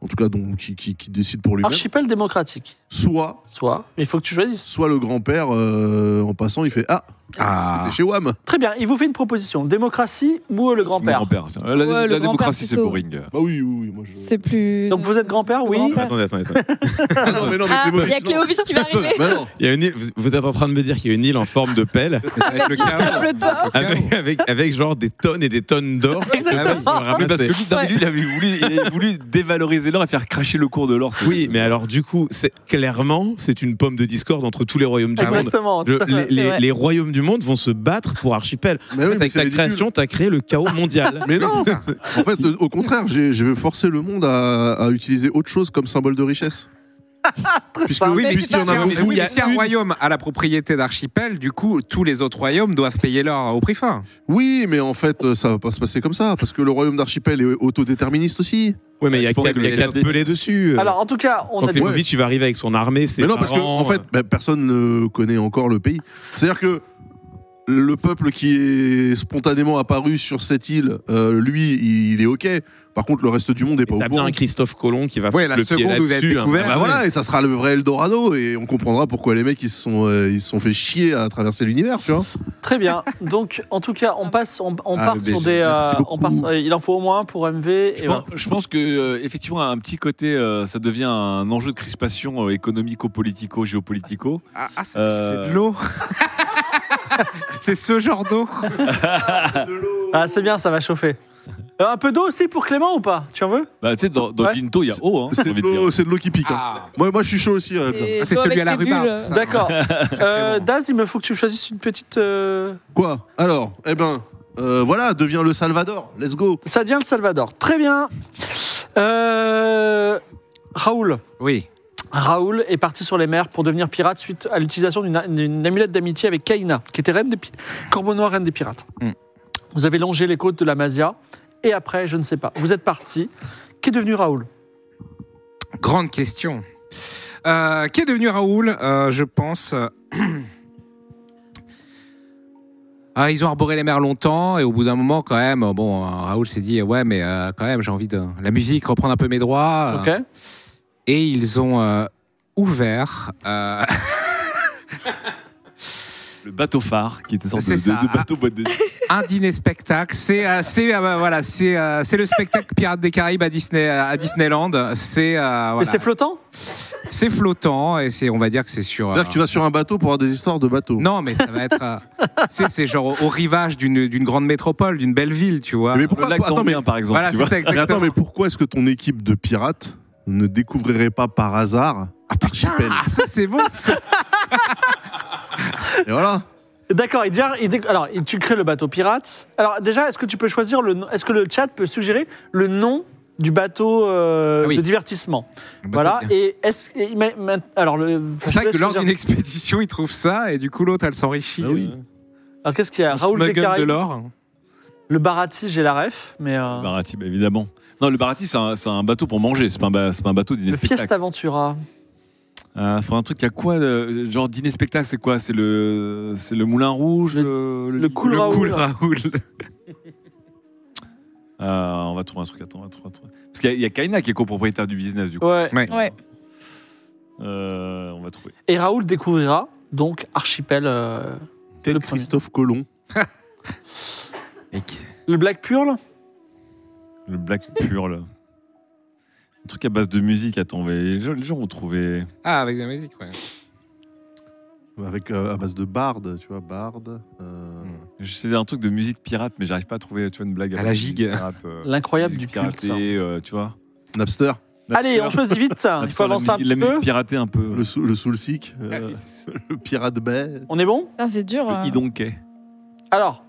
S2: en tout cas donc, qui, qui- qui décide pour lui-même.
S1: Archipel démocratique,
S2: Soit,
S1: soit, mais il faut que tu choisisses.
S2: soit le grand-père, euh, en passant, il fait Ah,
S5: Ah.
S2: c'était chez Wam.
S1: Très bien, il vous fait une proposition. Démocratie ou le grand-père
S3: Euh, La,
S4: Ouais,
S3: la
S4: le grand-père
S3: démocratie, c'est
S4: plutôt.
S3: boring.
S2: Bah oui, oui, oui, moi je.
S4: C'est plus.
S1: Donc vous êtes grand-père, oui.
S4: grand-père.
S6: Attendez, attendez, attendez.
S2: Ah non, mais non, mais
S4: Ah,
S2: Clément,
S4: il y a
S2: excellent.
S4: Cléovic qui va arriver.
S2: Bah non.
S6: Il y a une île- vous- vous êtes en train de me dire qu'il y a une île en forme de pelle
S5: Avec le chaos.
S4: s'appelle Thor.
S5: Le chaos.
S6: avec, avec, avec genre des tonnes et des tonnes d'or.
S1: Exactement.
S6: Ah oui,
S3: Oui, parce que
S6: ramasser.
S3: lui, non, mais lui, il avait voulu, il avait voulu dévaloriser l'or et faire cracher le cours de l'or. c'est-
S6: Oui, mais alors du coup, c'est clairement, c'est une pomme de discorde entre tous les royaumes du monde.
S1: Exactement.
S6: Je-
S1: tout à
S6: les,
S1: fait.
S6: les-
S4: C'est vrai.
S6: les royaumes du monde vont se battre pour Archipel.
S2: Mais oui, mais
S6: avec
S2: c'est
S6: ta
S2: ridicule.
S6: création, t'as créé le chaos mondial.
S2: Mais non En fait, euh, au contraire, j'ai- je vais forcer le monde à, à utiliser autre chose comme symbole de richesse. Puisque
S5: Oui,
S4: Mais
S5: mais
S4: c'est
S5: puisqu'il y en
S4: pas
S5: a
S6: grave.
S5: beaucoup,
S6: Il y a
S5: si un
S6: une-
S5: royaume à la propriété d'archipel, du coup, tous les autres royaumes doivent payer l'or au prix fort.
S2: Oui, mais en fait, euh, ça va pas se passer comme ça, parce que le royaume d'archipel est autodéterministe aussi.
S6: Ouais, mais il y
S3: Je
S6: a
S3: pense
S6: quatre
S3: que
S6: il y a
S3: les-
S6: quatre pelés dessus.
S1: Alors en tout cas, on
S6: Quand
S1: a dit...
S6: Klemovic, il va arriver avec son armée, ses
S2: Mais non, parce que ben,
S6: parents, euh.
S2: en fait, bah, personne ne connaît encore le pays. C'est-à-dire que le peuple qui est spontanément apparu sur cette île, euh, lui, il est OK. Par contre, le reste du monde n'est pas au
S6: T'as bien
S2: courant.
S6: un Christophe Colomb qui va
S5: Ouais,
S6: foutre
S5: la
S6: le pied
S5: seconde où il va être
S6: là-dessus, hein.
S5: découvert.
S2: Ah bah voilà, et ça sera le vrai Eldorado, et on comprendra pourquoi les mecs ils se sont, euh, ils se sont fait chier à traverser l'univers, tu vois.
S1: Très bien. Donc, en tout cas, on passe, on, on
S5: Ah,
S1: part
S5: le
S1: sur
S5: BG,
S1: des.
S2: merci
S1: euh, on part sur- il en faut au moins un pour MV. et
S3: Je,
S1: voilà.
S3: pense, je pense que euh, effectivement un petit côté, euh, ça devient un enjeu de crispation euh, économico-politico, géopolitico.
S5: Ah, ah, c'est
S3: Euh.
S5: c'est de l'eau. c'est ce genre d'eau.
S1: Ah, c'est bien, ça va chauffer. Euh, un peu d'eau aussi pour Clément ou pas Tu en veux
S3: Bah, tu sais, dans, dans
S1: Ouais.
S3: Ginto, il y a eau, hein,
S2: C'est
S3: j'ai
S2: de
S3: envie de dire.
S2: l'eau- c'est de l'eau qui pique. hein.
S5: Ah,
S2: Moi, moi, je suis chaud aussi. euh, putain.
S4: Et
S5: c'est
S4: toi,
S5: celui
S4: avec
S5: à la
S4: tes
S5: rhubarbe.
S4: bulles.
S5: ça.
S1: D'accord. Euh,
S5: bon.
S1: Daz, il me faut que tu choisisses une petite. euh,
S2: Quoi Alors, eh ben, euh, voilà, deviens le Salvador. Let's go.
S1: Ça devient le Salvador. Très bien. Euh, Raoul.
S5: Oui.
S1: Raoul est parti sur les mers pour devenir pirate suite à l'utilisation d'une d'une amulette d'amitié avec Kaina, qui était reine des pi- Corbeau Noir, reine des pirates.
S5: Hmm.
S1: Vous avez longé les côtes de la Masia, et après, je ne sais pas. Vous êtes parti. Qui est devenu Raoul
S5: Grande question. Euh, qui est devenu Raoul Euh, Je pense. euh, Ah, ils ont arboré les mers longtemps et au bout d'un moment, quand même, euh, bon, euh, Raoul s'est dit ouais, mais euh, quand même, j'ai envie de la musique, reprendre un peu mes droits. euh,
S1: Ok.
S5: Et ils ont euh, ouvert. euh,
S3: Le bateau phare, qui était une sorte de,
S5: C'est ça.
S3: de- de bateau boîte de nuit.
S5: un dîner spectacle. C'est euh, c'est euh, bah, voilà, c'est euh, c'est le spectacle Pirates des Caraïbes à Disney à Disneyland. C'est euh,
S1: Mais
S5: voilà.
S1: c'est flottant
S5: c'est flottant et c'est on va dire que c'est sur.
S2: C'est-à-dire que tu vas sur un bateau pour avoir des histoires de bateaux.
S5: Non, mais ça va être. euh, c'est c'est genre au- au rivage d'une d'une grande métropole, d'une belle ville, tu vois.
S2: Mais
S3: Le
S2: pourquoi
S3: lac Ah,
S2: attends, mais,
S3: d'Ambien, par exemple.
S5: voilà,
S3: tu
S5: c'est
S3: vois.
S5: ça
S2: mais attends,
S5: exactement.
S2: mais pourquoi est-ce que ton équipe de pirates ne découvrirait pas par hasard Archipel
S5: Ah, ça c'est bon. ça.
S2: Et voilà.
S1: D'accord, il devient- il dé- alors il- tu crées le bateau pirate. Alors déjà, est-ce que tu peux choisir le nom- est-ce que le chat peut suggérer le nom du bateau euh,
S5: Ah oui.
S1: de divertissement Voilà, et est-ce et ma- ma- alors le
S5: Bah, C'est vrai
S1: je te
S5: que
S1: laisse
S5: lors d'une
S1: choisir.
S5: expédition, ils trouvent ça et du coup l'autre, elle s'enrichit.
S3: Bah
S2: Ah oui.
S5: euh,
S1: Alors qu'est-ce qu'il y a
S5: ils
S1: Raoul
S5: smugglent de
S1: Descartes,
S5: l'or.
S1: le Barati, j'ai la ref, mais euh,
S3: Le Barati, bah, évidemment. Non, le Barati, c'est un, c'est un bateau pour manger, c'est pas, un ba- c'est pas un bateau dîner
S1: le
S3: spectacle.
S1: Fiesta Aventura.
S3: Euh, faut un truc à quoi euh, Genre dîner spectacle, c'est quoi C'est le, c'est le Moulin Rouge,
S1: Le-
S3: le,
S1: le cool
S3: le
S1: Raoul.
S3: Raoul. Euh, on va trouver un truc. Attends, on va trouver un truc. Parce qu'il y a- il y, a Kaina qui est copropriétaire du business du coup.
S1: Ouais.
S5: Ouais.
S4: Ouais.
S3: Euh, on va trouver.
S1: Et Raoul découvrira donc Archipel euh,
S2: Tel
S1: Le premier.
S2: Christophe Colomb.
S5: Et qui-
S1: le Black Pearl.
S3: Le Black Pur là. Un truc à base de musique. Attends, mais les gens, les gens vont trouver.
S5: Ah, avec de la musique, ouais.
S3: Euh.
S2: Avec, euh, à base de barde, tu vois, barde. euh,
S3: C'est un truc de musique pirate, mais j'arrive pas à trouver tu vois, une blague.
S5: À
S3: avec
S5: la
S3: musique
S5: gigue.
S3: pirate, euh,
S1: L'incroyable
S3: musique
S1: du culte,
S3: piratée,
S1: ça.
S3: euh, tu vois.
S2: Napster,
S1: Allez, on choisit vite.
S3: Ah,
S1: Il faut
S3: putain, la
S1: avancer un
S3: musique- La
S1: petit peu.
S3: musique piratée un peu.
S2: le, sou- le Soul Seek,
S5: Ah,
S2: euh, le Pirate Bay.
S1: On est bon
S4: Putain, C'est dur. hein.
S3: Le
S1: euh.
S3: Idonquet.
S1: Alors,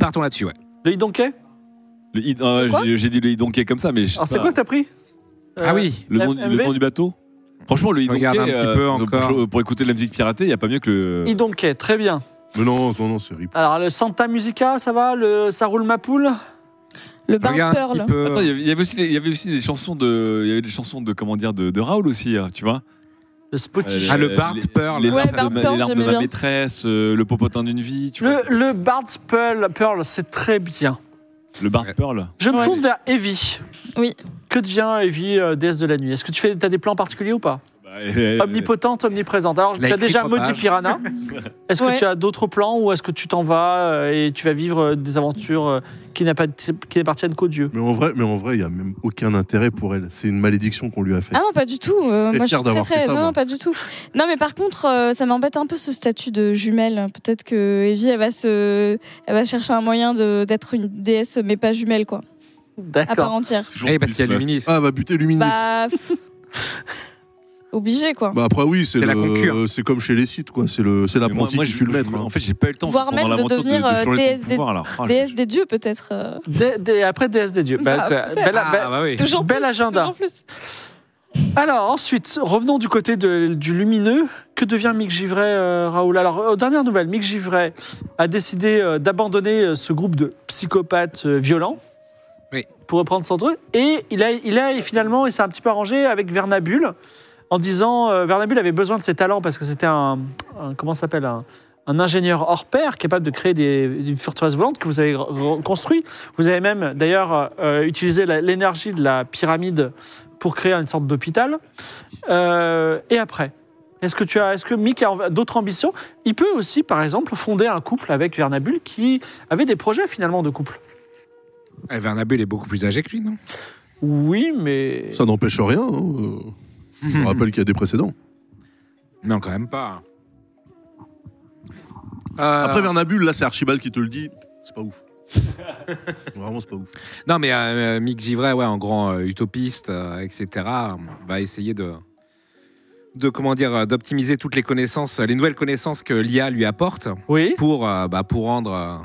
S5: Partons là-dessus, ouais.
S1: le Hidonquet
S3: Le hid- euh,
S4: Le quoi
S3: j'ai- J'ai dit le Idonquet comme ça, mais je sais
S1: Alors c'est
S3: pas.
S1: quoi que t'as pris
S5: ah
S1: Euh,
S5: oui.
S3: le, nom,
S1: MV?
S3: le nom du bateau Franchement, le Idonquet,
S5: Regarde un petit peu encore.
S3: pour, pour écouter de la musique piratée, il n'y a pas mieux que le.
S1: Idonquet, très bien.
S2: Mais non, non, non, c'est rip.
S1: Alors le Santa Musica, ça va Le Ça roule ma poule
S4: Le
S5: Je
S4: bain
S5: regarde un
S4: Pearl.
S5: petit peu.
S3: Attends, il y avait- il y avait aussi des- il y avait aussi des chansons de, il y avait des chansons de comment dire de, de Raoul aussi, hein, tu vois.
S1: Le Spotify.
S5: Ah, le
S3: Euh,
S5: Bart
S3: les-
S5: Pearl.
S3: Les
S4: Ouais,
S3: larmes de
S4: Bart
S3: ma- les
S4: Pearl,
S3: larmes de
S4: j'aimais
S3: ma
S4: bien.
S3: maîtresse, euh, le popotin d'une vie, tu vois.
S1: Le, le Bard Pearl, Pearl, c'est très bien.
S3: Le Bart
S5: Ouais.
S3: Pearl.
S1: Je me
S4: Ouais.
S1: tourne vers Evie.
S4: Oui.
S1: Que devient Evie, euh, déesse de la nuit Est-ce que tu fais, as des plans particuliers ou pas
S3: Bah, euh,
S1: Omnipotente, omniprésente. Alors,
S5: Il a
S1: tu as
S5: écrit
S1: déjà
S5: propage.
S1: maudit Piranha. Est-ce que
S4: Ouais.
S1: tu as d'autres plans ou est-ce que tu t'en vas euh, et tu vas vivre euh, des aventures euh, qui n'appartiennent qui n'appartiennent qu'aux dieux
S2: Mais en vrai, mais en vrai, il y a même aucun intérêt pour elle. C'est une malédiction qu'on lui a faite.
S4: Ah non, pas du tout. euh,
S2: Très fier
S4: moi, je suis très,
S2: d'avoir fait
S4: très...
S2: ça,
S4: non,
S2: moi.
S4: pas du tout. Non, mais par contre, euh, ça m'embête un peu ce statut de jumelle. hein. Peut-être que Evie, elle va, se... elle va chercher un moyen de- d'être une déesse, mais pas jumelle, quoi. À part
S1: D'accord.
S4: entière.
S3: toujours
S5: Eh, parce
S3: plus,
S5: qu'il y a
S3: meuf.
S5: Luminis.
S2: Ah, elle va buter Luminis. Bah,
S4: Bah. pff, Obligé, quoi.
S2: après, oui, c'est
S5: C'est la
S2: le-
S5: concure.
S2: c'est comme chez les sites, quoi. C'est le- c'est
S3: Mais moi-
S2: l'apprenti
S3: moi,
S2: qui
S3: je-
S2: tue le
S3: je-
S2: maître. hein.
S3: En fait, j'ai pas eu le temps
S4: Voire
S3: pendant
S4: même de
S3: l'aventure
S4: devenir,
S3: de,
S4: euh,
S3: changer
S4: déesse
S3: son
S4: des-
S3: pouvoir, là. Ah,
S4: déesse
S3: je-
S4: des dieux, peut-être. euh,
S1: Des- des- après, déesse des dieux. Bah, quoi,
S4: Ah, peut-être.
S1: belle-
S5: Ah,
S1: belle-
S5: bah oui.
S4: Toujours
S1: Bel
S4: plus,
S1: agenda.
S4: toujours plus.
S1: Alors ensuite, revenons du côté de- du lumineux. Que devient Mick Givray, euh, Raoul Alors, euh, aux dernières nouvelles, Mick Givray a décidé euh, d'abandonner euh, ce groupe de psychopathes euh, violents.
S5: Oui.
S1: Pour reprendre son truc. Et il a, il a finalement, il s'est un petit peu arrangé avec Vernabule en disant euh, Vernabule avait besoin de ses talents parce que c'était un, un- comment ça s'appelle un, un ingénieur hors pair capable de créer des, une forteresse volante que vous avez re- construit. Vous avez même d'ailleurs euh, utilisé la- l'énergie de la pyramide pour créer une sorte d'hôpital. Euh, et après, est-ce que tu as, est-ce que Mick a env- d'autres ambitions Il peut aussi, par exemple, fonder un couple avec Vernabule qui avait des projets finalement de couple.
S5: Eh, Vernabule est beaucoup plus âgé que lui, non
S1: Oui, mais
S2: Ça n'empêche rien. hein, euh, Je rappelle qu'il y a des précédents.
S5: Non, quand même pas. Euh.
S2: Après Vernabule, là, c'est Archibald qui te le dit. C'est pas ouf. Vraiment, c'est pas ouf.
S5: Non, mais euh, Mick Givray, ouais, en grand euh, utopiste, euh, etc., va essayer de, de comment dire, euh, d'optimiser toutes les connaissances, euh, les nouvelles connaissances que l'IA lui apporte
S1: oui.
S5: pour, euh, bah, pour rendre. euh,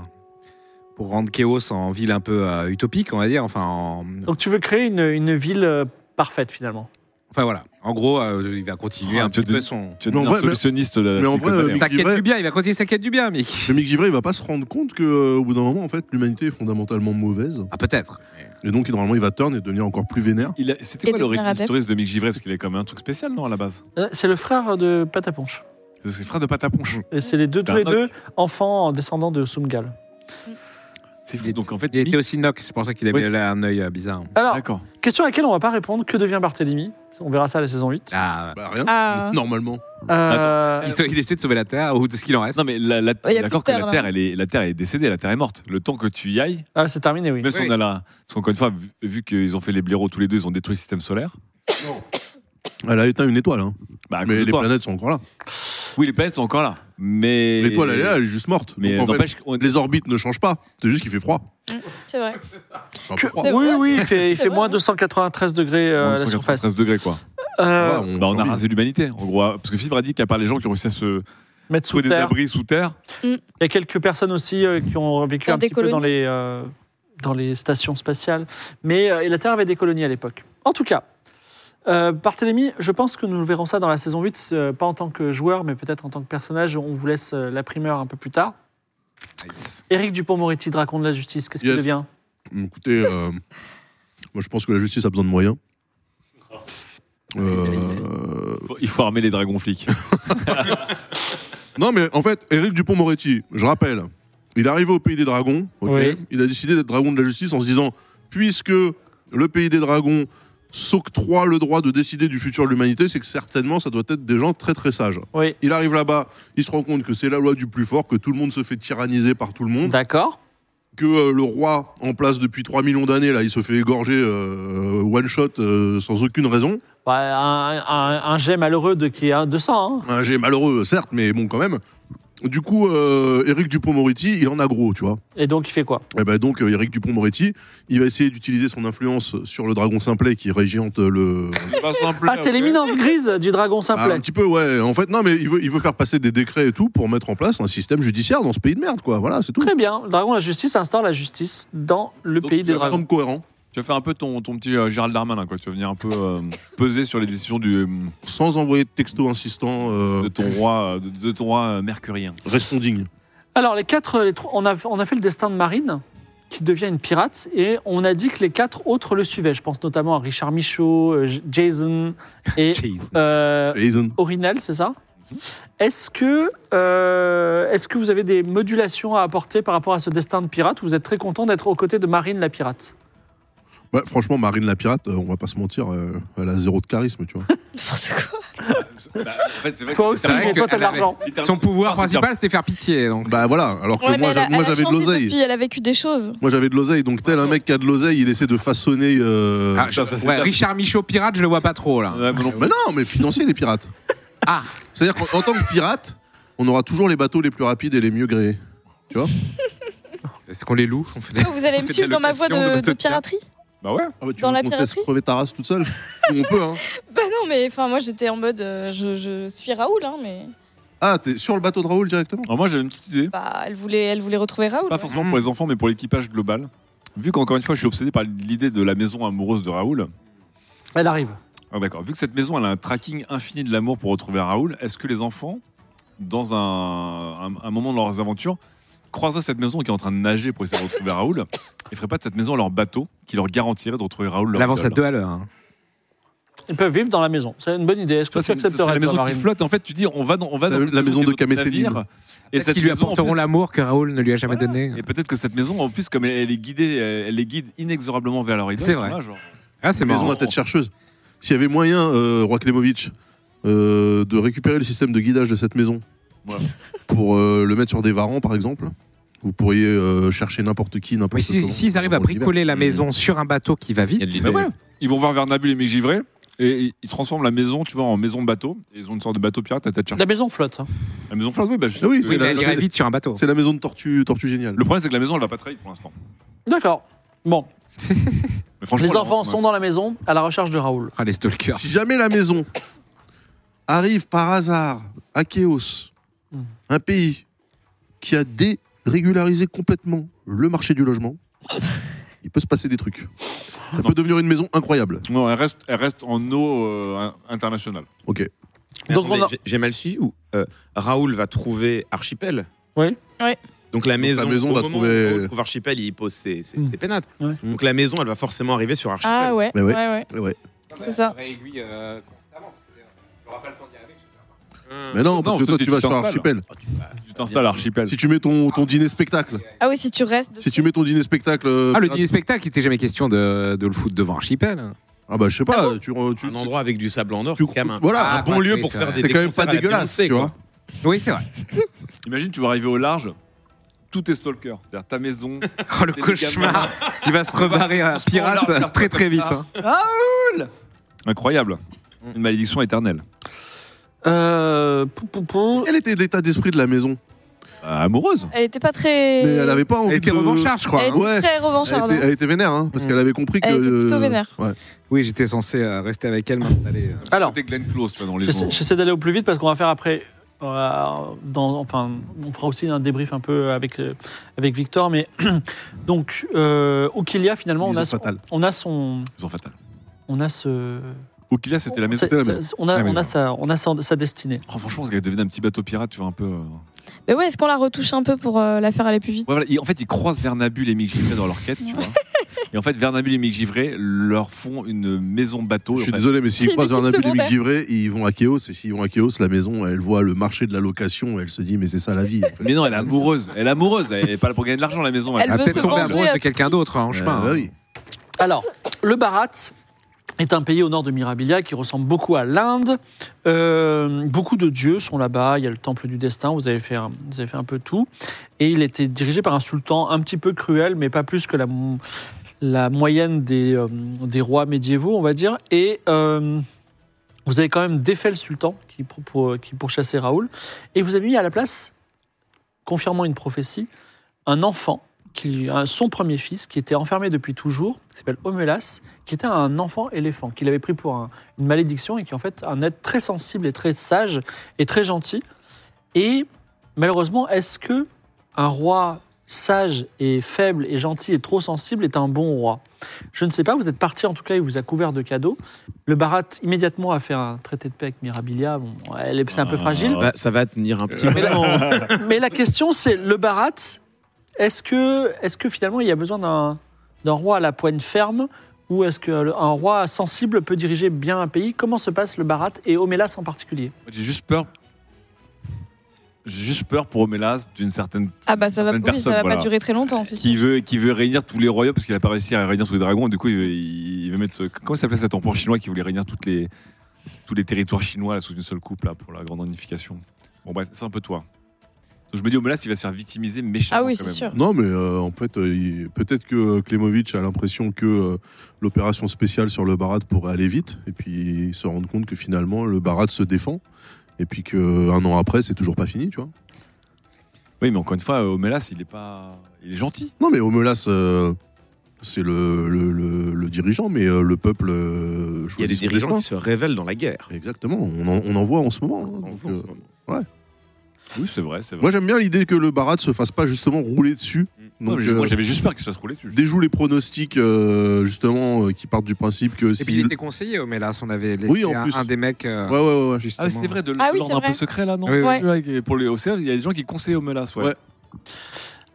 S5: pour rendre Chaos en ville un peu euh, utopique, on va dire. Enfin, en-
S1: Donc tu veux créer une, une ville euh, parfaite finalement.
S5: enfin voilà. En gros, euh, il va continuer
S3: Oh,
S5: un
S3: tu
S5: petit
S3: te-
S5: peu son.
S3: Tu es
S2: Mais en
S3: un
S2: vrai,
S3: solutionniste de la
S2: mais en vrai,
S3: Silicon Valley.
S2: Ah, Mick
S5: Sa quête
S2: Givray-
S5: du bien, il va continuer sa quête du bien, Mick.
S2: Mais Mick Givray, il va pas se rendre compte que, euh, au bout d'un moment, en fait, l'humanité est fondamentalement mauvaise.
S5: Ah, peut-être.
S2: Et donc, normalement, il va turn et devenir encore plus
S5: euh,
S2: vénère.
S3: Il a- C'était
S4: Et
S3: quoi
S4: devenir
S3: l'origine
S4: adepte.
S3: historique de Mick Givray Parce qu'il a quand même un truc spécial, non, à la base
S1: Euh, C'est le frère de Pataponche.
S3: C'est ses frères de pâte à ponche.
S1: Et c'est les deux, tous
S3: un
S1: les
S3: knock.
S1: deux enfants descendants de Sumgal.
S3: C'est
S5: Il
S3: fou.
S5: est-
S3: Donc en fait,
S5: Il
S3: Mick-
S5: était aussi Nock, c'est pour ça qu'il avait
S3: Oui.
S5: là un œil euh, bizarre.
S1: Alors,
S3: D'accord.
S1: question à laquelle on va pas répondre, que devient Barthélemy On verra ça à la saison 8.
S5: Ah,
S2: Bah, rien.
S4: Ah.
S2: Normalement.
S1: Euh,
S5: il, se- il essaie de sauver la Terre ou de ce qu'il en reste.
S3: Non mais la, la-
S4: Oh, y a
S3: d'accord
S4: plus
S3: que
S4: de terre,
S3: la
S4: là.
S3: terre, elle est, la terre est décédée, la terre est morte. Le temps que tu y ailles,
S1: ah, c'est terminé, oui.
S3: même si
S5: Oui.
S3: on a la, parce qu'encore une fois, vu, vu qu'ils ont fait les blaireaux tous les deux, ils ont détruit le système solaire.
S2: Elle a éteint une étoile. hein.
S3: Bah, à cause
S2: Mais
S3: de
S2: les
S3: toi.
S2: planètes sont encore là.
S3: Oui, les planètes sont encore là. Mais
S2: L'étoile, elle est là, elle est juste morte.
S3: Mais
S2: Donc, en fait,
S3: n'empêche, qu'on-
S2: les orbites ne changent pas. C'est juste qu'il fait froid.
S4: C'est vrai.
S2: Enfin,
S1: Que-
S2: pas froid.
S4: C'est
S1: oui,
S4: vrai,
S1: oui, il fait, il
S4: c'est
S1: fait
S4: vrai.
S1: moins 293 degrés euh, à la
S3: 193
S1: surface.
S3: degrés quoi.
S1: Euh,
S2: Ça va,
S3: Bah, on a
S2: s'orbite.
S3: rasé l'humanité en gros. Parce que Fibre a dit qu'à part les gens qui ont réussi à se
S1: mettre sous
S3: trouver des
S1: terre.
S3: abris sous terre,
S1: Il y a quelques personnes aussi euh, qui ont vécu
S4: Dans
S1: un
S4: des
S1: petit peu dans
S4: colonies.
S1: les, euh, dans les stations spatiales. Mais euh, et la Terre avait des colonies à l'époque. En tout cas, euh, Barthélemy, je pense que nous verrons ça dans la saison 8, euh, pas en tant que joueur, mais peut-être en tant que personnage. On vous laisse euh, la primeur un peu plus tard. Éric Dupont-Moretti, Dracon de la Justice, qu'est-ce
S2: Yes.
S1: qu'il devient
S2: Écoutez, euh, moi je pense que la justice a besoin de moyens. Euh,
S3: faut- il faut armer les dragons flics.
S2: Non, mais en fait, Éric Dupont-Moretti, je rappelle, il est arrivé au pays des dragons. ok
S1: Oui.
S2: Il a décidé d'être dragon de la justice en se disant puisque le pays des dragons s'octroie le droit de décider du futur de l'humanité, c'est que certainement ça doit être des gens très très sages.
S1: Oui.
S2: Il arrive là-bas, il se rend compte que c'est la loi du plus fort, que tout le monde se fait tyranniser par tout le monde.
S1: D'accord.
S2: que euh, le roi en place depuis 3 millions d'années, là, il se fait égorger euh, one shot euh, sans aucune raison.
S1: Bah, un, un- un jet malheureux de qui est un 200. hein.
S2: Un jet malheureux, certes, mais bon, quand même. Du coup, euh, Eric Dupont-Moretti, il en a gros, tu vois.
S1: Et donc, il fait quoi
S2: Et ben donc, euh, Eric Dupont-Moretti, il va essayer d'utiliser son influence sur le dragon Simplet qui régente le.
S1: Ah, t'es l'éminence grise du dragon
S2: Ah, un
S1: simplet.
S2: petit peu, ouais. En fait, non, mais il veut, il veut faire passer des décrets et tout pour mettre en place un système judiciaire dans ce pays de merde, quoi. Voilà, c'est tout.
S1: Très bien. Le dragon de la justice instaure la justice dans le
S3: Donc,
S1: pays des
S2: Ça me
S1: dragons.
S2: semble cohérent,
S3: Tu vas faire un peu ton, ton petit euh, Gérald Darmanin quoi. Tu vas venir un peu euh, peser sur les décisions du, euh,
S2: sans envoyer de texto insistant,
S3: de
S2: euh,
S3: ton roi, euh, de, de ton roi euh, mercurien.
S2: restons dignes.
S1: Alors, les quatre, les trois- on, a, on a fait le destin de Marine, qui devient une pirate, et on a dit que les quatre autres le suivaient. Je pense notamment à Richard Michaud, euh, J- Jason et
S5: Jeez.
S1: euh,
S2: Jason.
S1: Orinel, c'est ça Est-ce que, euh, est-ce que vous avez des modulations à apporter par rapport à ce destin de pirate ou vous êtes très content d'être aux côtés de Marine la pirate
S2: Ouais, franchement, Marine la pirate, euh, on va pas se mentir, euh, elle a zéro de charisme, tu vois.
S4: N'importe quoi.
S3: Bah, en fait, c'est vrai
S1: Toi
S3: que-
S1: aussi,
S5: C'est vrai
S1: bon,
S5: que
S1: toi t'as de
S5: elle avait-
S1: l'argent.
S5: Son pouvoir
S3: Ah, c'est
S5: principal, c'était faire pitié. Donc.
S2: bah voilà, alors que
S4: Ouais,
S2: moi
S4: mais elle a-
S2: j'a- moi,
S4: elle a
S2: j'avais de
S4: changé
S2: l'oseille.
S4: depuis, Elle a vécu des choses.
S2: Moi j'avais de l'oseille, donc tel un mec qui a de l'oseille, il essaie de façonner. euh,
S5: Ah, je-
S3: ça, c'est
S5: ouais,
S3: terrible.
S5: Richard Michaud pirate, je le vois pas trop là.
S3: Ouais, moi non plus.
S2: Mais non, mais financier les pirates.
S5: Ah.
S2: C'est-à-dire qu'en en tant que pirate, on aura toujours les bateaux les plus rapides et les mieux gréés.
S5: Est-ce qu'on les loue On fait des-
S4: Vous allez
S5: On
S4: me
S5: fait
S4: suivre
S5: des
S4: dans ma voie
S5: locations de
S4: de,
S5: bateaux
S4: de
S5: de pirate.
S4: piraterie
S3: Bah ouais.
S2: Ah bah, tu
S4: Dans
S2: veux
S4: la
S2: qu'on te laisse
S4: piraterie
S2: crever ta race toute seule Nous, On peut, hein.
S4: Bah non, mais enfin moi j'étais en mode euh, je, je suis Raoul, hein, mais
S2: Ah, t'es sur le bateau de Raoul directement
S3: Alors moi j'avais une petite idée.
S4: bah elle voulait, elle voulait retrouver Raoul.
S3: Pas forcément pour les enfants, mais pour l'équipage global. Vu qu'encore une fois, je suis obsédé par l'idée de la maison amoureuse de Raoul.
S1: Elle arrive.
S3: Ah, D'accord. Vu que cette maison, elle a un tracking infini de l'amour pour retrouver Raoul, est-ce que les enfants, dans un, un- un moment de leurs aventures, croiseraient cette maison qui est en train de nager pour essayer de retrouver Raoul et feraient pas de cette maison leur bateau qui leur garantirait de retrouver Raoul leur
S5: Elle avance à
S3: idole
S5: deux à l'heure. hein.
S1: Ils peuvent vivre dans la maison. C'est une bonne idée. Est-ce que
S3: Ça,
S1: tu
S3: c'est une- ça, c'est
S1: accepterais
S3: la
S1: toi,
S3: maison qui
S1: Marine
S3: flotte. En fait, tu dis, on va dans, on va
S2: La-
S3: dans cette
S2: la maison de
S3: qui est votre
S2: Camé-Sénine.
S3: navire,
S5: Et
S3: cette
S5: qui lui
S3: maison, en
S5: apporteront
S3: plus-
S5: l'amour que Raoul ne lui a jamais
S3: Voilà.
S5: donné.
S3: Et peut-être que cette maison, en plus, comme elle, elle est guidée, euh, elle, elle les guide inexorablement vers leur idole.
S5: C'est vrai.
S3: tu vois, genre.
S5: Ah, c'est
S2: Maison
S5: marrant.
S2: à tête chercheuse. S'il y avait moyen, euh, Roi Klemovic, euh, de récupérer le système de guidage de cette maison
S3: Ouais.
S2: pour euh, le mettre sur des varans, par exemple, vous pourriez euh, chercher n'importe qui, n'importe
S5: Mais si-
S2: comment,
S5: s'ils arrivent à
S2: dans l'hiver.
S5: bricoler la
S3: Mmh.
S5: maison sur un bateau qui va
S6: Il y a de
S5: vite,
S6: l'idée.
S3: Bah ouais. Ils vont voir Vernabule et Mégivray et ils transforment la maison, tu vois, en maison de bateau. Et ils ont une sorte de bateau pirate à tête chercheuse.
S1: La maison flotte. hein.
S3: La maison flotte, oui, bah, je sais
S2: Ah oui,
S3: que-
S2: c'est
S5: oui, mais
S2: la-
S5: elle irait vite sur un bateau.
S2: C'est la maison de Tortue, Tortue Géniale.
S3: Le problème, c'est que la maison, elle va pas très vite pour l'instant.
S1: D'accord. Bon,
S3: Mais franchement,
S1: les
S3: elle-
S1: enfants
S3: ouais.
S1: sont dans la maison à la recherche de Raoul.
S5: Ah, les stalkers.
S2: Si jamais la maison arrive par hasard à Kéos,
S1: Hmm.
S2: un pays qui a dérégularisé complètement le marché du logement, il peut se passer des trucs. Ça
S3: Non.
S2: peut devenir une maison incroyable.
S3: Non, elle reste, elle reste en eau euh, internationale.
S2: Ok.
S6: Mais
S1: Donc
S6: attendez,
S1: on a-
S6: j'ai- J'ai mal suivi où Euh, Raoul va trouver Archipel.
S1: Oui.
S4: Oui.
S6: Donc la maison,
S2: maison
S6: au
S2: va
S6: moment
S2: trouver-
S6: où Raoul trouve Archipel, il pose ses, ses-
S1: Mm.
S6: ses pénates.
S1: Ouais.
S6: Donc la maison, elle va forcément arriver sur Archipel.
S4: Ah ouais,
S2: Mais
S4: ouais,
S2: ouais.
S4: ouais.
S2: Ouais.
S4: C'est ça.
S6: Hum. Ah,
S2: Mais non, parce que
S3: Non, parce
S2: toi,
S3: que
S2: tu
S3: tu
S2: vas sur
S3: t'installes.
S2: Archipel.
S5: Ah,
S3: Tu t'installes à Archipel.
S2: Si tu mets ton, ton dîner spectacle,
S4: Ah oui, si tu restes.
S2: si tu mets ton dîner spectacle, euh,
S5: Ah, le dîner spectacle, il était jamais question de, de le foutre devant Archipel.
S2: ah bah je sais pas, tu, tu-
S6: un endroit avec du sable en or,
S2: tu-
S6: Ah c'est quand même un,
S2: voilà,
S5: Ah,
S6: un bon
S5: ouais,
S6: lieu
S5: oui,
S6: pour
S5: c'est
S6: faire
S5: vrai.
S6: des
S2: c'est
S6: des
S2: quand même
S6: concerts
S2: pas
S6: à la
S2: dégueulasse,
S6: Beyoncé,
S2: tu vois.
S6: quoi.
S5: Oui, c'est vrai.
S3: Imagine, tu vas arriver au large, tout est stalker. C'est-à-dire ta maison.
S5: Oh, le
S3: Des
S5: cauchemar. Il va se rebarrer à
S3: se prend la- la-
S5: pirate très très vite. hein.
S3: Incroyable. Une malédiction éternelle.
S1: Euh, pou, pou, pou.
S2: Quel était l'état d'esprit de la maison
S3: Euh, amoureuse.
S4: Elle était pas très.
S2: Mais elle avait pas envie
S5: Elle était
S2: de...
S5: revancharde, je crois.
S4: Elle
S5: hein.
S4: était
S2: Ouais.
S4: très
S2: Elle
S4: revancharde.
S2: était, elle était vénère, hein, parce
S5: Mm.
S2: qu'elle avait compris que. euh,
S4: Elle était plutôt vénère.
S2: Ouais.
S5: Oui, j'étais censé euh, rester avec elle, mais on allait, euh,
S1: Alors,
S3: Côté Glenn Close, tu vois, dans les
S1: j'essa-
S3: gens.
S1: j'essaie d'aller au plus vite parce qu'on va faire après. euh, dans, enfin, on fera aussi un débrief un peu avec, euh, avec Victor. Mais donc, euh, Oukilia, finalement, on a,
S2: Liaison
S1: son,
S2: fatale.
S1: on a son.
S3: Ils sont fatales.
S1: On a ce.
S3: Oukilia, c'était la maison.
S1: c'est-
S2: la maison.
S1: c'est- On a,
S5: La
S1: on a,
S5: maison.
S1: sa, on a sa, sa destinée.
S3: Oh, franchement, qu'elle devenait un petit bateau pirate, tu vois, un peu. euh.
S4: Mais ouais, est-ce qu'on la retouche un peu pour euh, la faire aller plus vite
S3: Ouais, voilà, ils- en fait, ils croisent Vernabule et Mick Givray dans leur quête, tu vois. Et en fait, Vernabule et Mick Givray leur font une maison bateau.
S2: Je suis
S3: En fait,
S2: désolé, mais s'ils
S4: C'est une
S2: croisent
S4: équipe
S2: Vernabule et Mick
S4: secondaire.
S2: Givray, ils vont à Kéos. Et s'ils vont à Kéos, la maison, elle voit le marché de la location. Elle se dit, mais c'est ça la vie. en fait.
S3: Mais non, elle est amoureuse. Elle est amoureuse. Elle est pas là pour gagner de l'argent, la maison.
S5: elle va
S4: veut
S5: peut-être
S4: se
S5: tomber
S4: venger
S5: amoureuse
S4: à
S5: de quelqu'un d'autre hein, en
S2: Euh,
S5: chemin.
S2: bah
S5: hein.
S2: oui.
S1: Alors, le Bharat est un pays au nord de Mirabilia qui ressemble beaucoup à l'Inde. Euh, beaucoup de dieux sont là-bas. Il y a le temple du destin. Vous avez fait, un, vous avez fait un peu tout. Et il était dirigé par un sultan un petit peu cruel, mais pas plus que la, mo- la moyenne des, euh, des rois médiévaux, on va dire. Et euh, vous avez quand même défait le sultan qui, pour- pour- qui pourchassait Raoul. Et vous avez mis à la place, confirmant une prophétie, un enfant qui, un- son premier fils, qui était enfermé depuis toujours, qui s'appelle Omelas, qui était un enfant éléphant, qu'il avait pris pour un- une malédiction et qui, en fait, un être très sensible et très sage et très gentil. Et malheureusement, est-ce que un roi sage et faible et gentil et trop sensible est un bon roi Je ne sais pas, vous êtes parti en tout cas, il vous a couvert de cadeaux. Le Barat immédiatement a fait un traité de paix avec Mirabilia, bon, elle est, c'est un peu
S3: Ah.
S1: fragile.
S6: Bah, ça va tenir un petit
S1: Mais
S6: peu.
S1: la, mais la question, c'est le Barat, est-ce que, est que finalement il y a besoin d'un d'un roi à la poigne ferme ou est-ce qu'un roi sensible peut diriger bien un pays Comment se passe le Barat et Omelas en particulier
S3: J'ai juste peur. J'ai juste peur pour Omelas d'une certaine
S4: Ah bah ça va,
S3: certaines
S4: oui, ça va
S3: personnes,
S4: pas
S3: voilà.
S4: durer très longtemps, c'est sûr.
S3: qui veut qui veut réunir tous les royaumes parce qu'il a pas réussi à réunir tous les dragons. Et du coup, il veut, il veut mettre comment ça s'appelait cet empereur chinois qui voulait réunir toutes les tous les territoires chinois là, sous une seule coupe là pour la grande unification. Bon bref, c'est un peu toi. Donc, je me dis Omelas, il va se faire victimiser méchamment.
S4: Ah oui,
S3: quand
S4: c'est
S3: même.
S4: sûr.
S2: Non, mais euh, en fait, euh, il- peut-être que euh, Klemovic a l'impression que euh, l'opération spéciale sur le Barat pourrait aller vite. Et puis, ils se rendent compte que finalement, le Barat se défend. Et puis qu'un an après, c'est toujours pas fini, tu vois.
S3: Oui, mais encore une fois, Omelas, il est pas, il est gentil.
S2: Non, mais Omelas, euh, c'est le, le- le- le dirigeant, mais euh, le peuple euh,
S6: Il y a des
S2: choisit son
S6: dirigeants
S2: destin.
S6: qui se révèlent dans la guerre.
S2: Exactement, on en, on en voit en ce moment. hein.
S6: En
S2: Donc,
S6: France, en
S2: euh,
S6: ce moment.
S3: Oui, c'est vrai, c'est vrai.
S2: Moi j'aime bien l'idée que le Barat se fasse pas justement rouler dessus.
S3: Non,
S2: Donc,
S3: mais moi,
S2: euh,
S3: j'avais juste peur qu'il se fasse rouler dessus.
S2: déjoue les pronostics euh, justement euh, qui partent du principe que
S5: Et
S2: si.
S5: puis il était conseillé au Mélas, on avait laissé
S2: Oui, en
S5: un,
S2: plus.
S5: un des mecs. euh,
S2: Ouais ouais ouais. ouais.
S5: justement.
S3: Ah, c'est vrai, de
S4: Ah oui,
S3: l'ordre
S4: c'est
S3: un peu
S4: vrai.
S3: secret là, non
S5: Oui,
S4: oui.
S3: Pour les océans, il y a des gens qui conseillent Omelas, ouais.
S2: Ouais.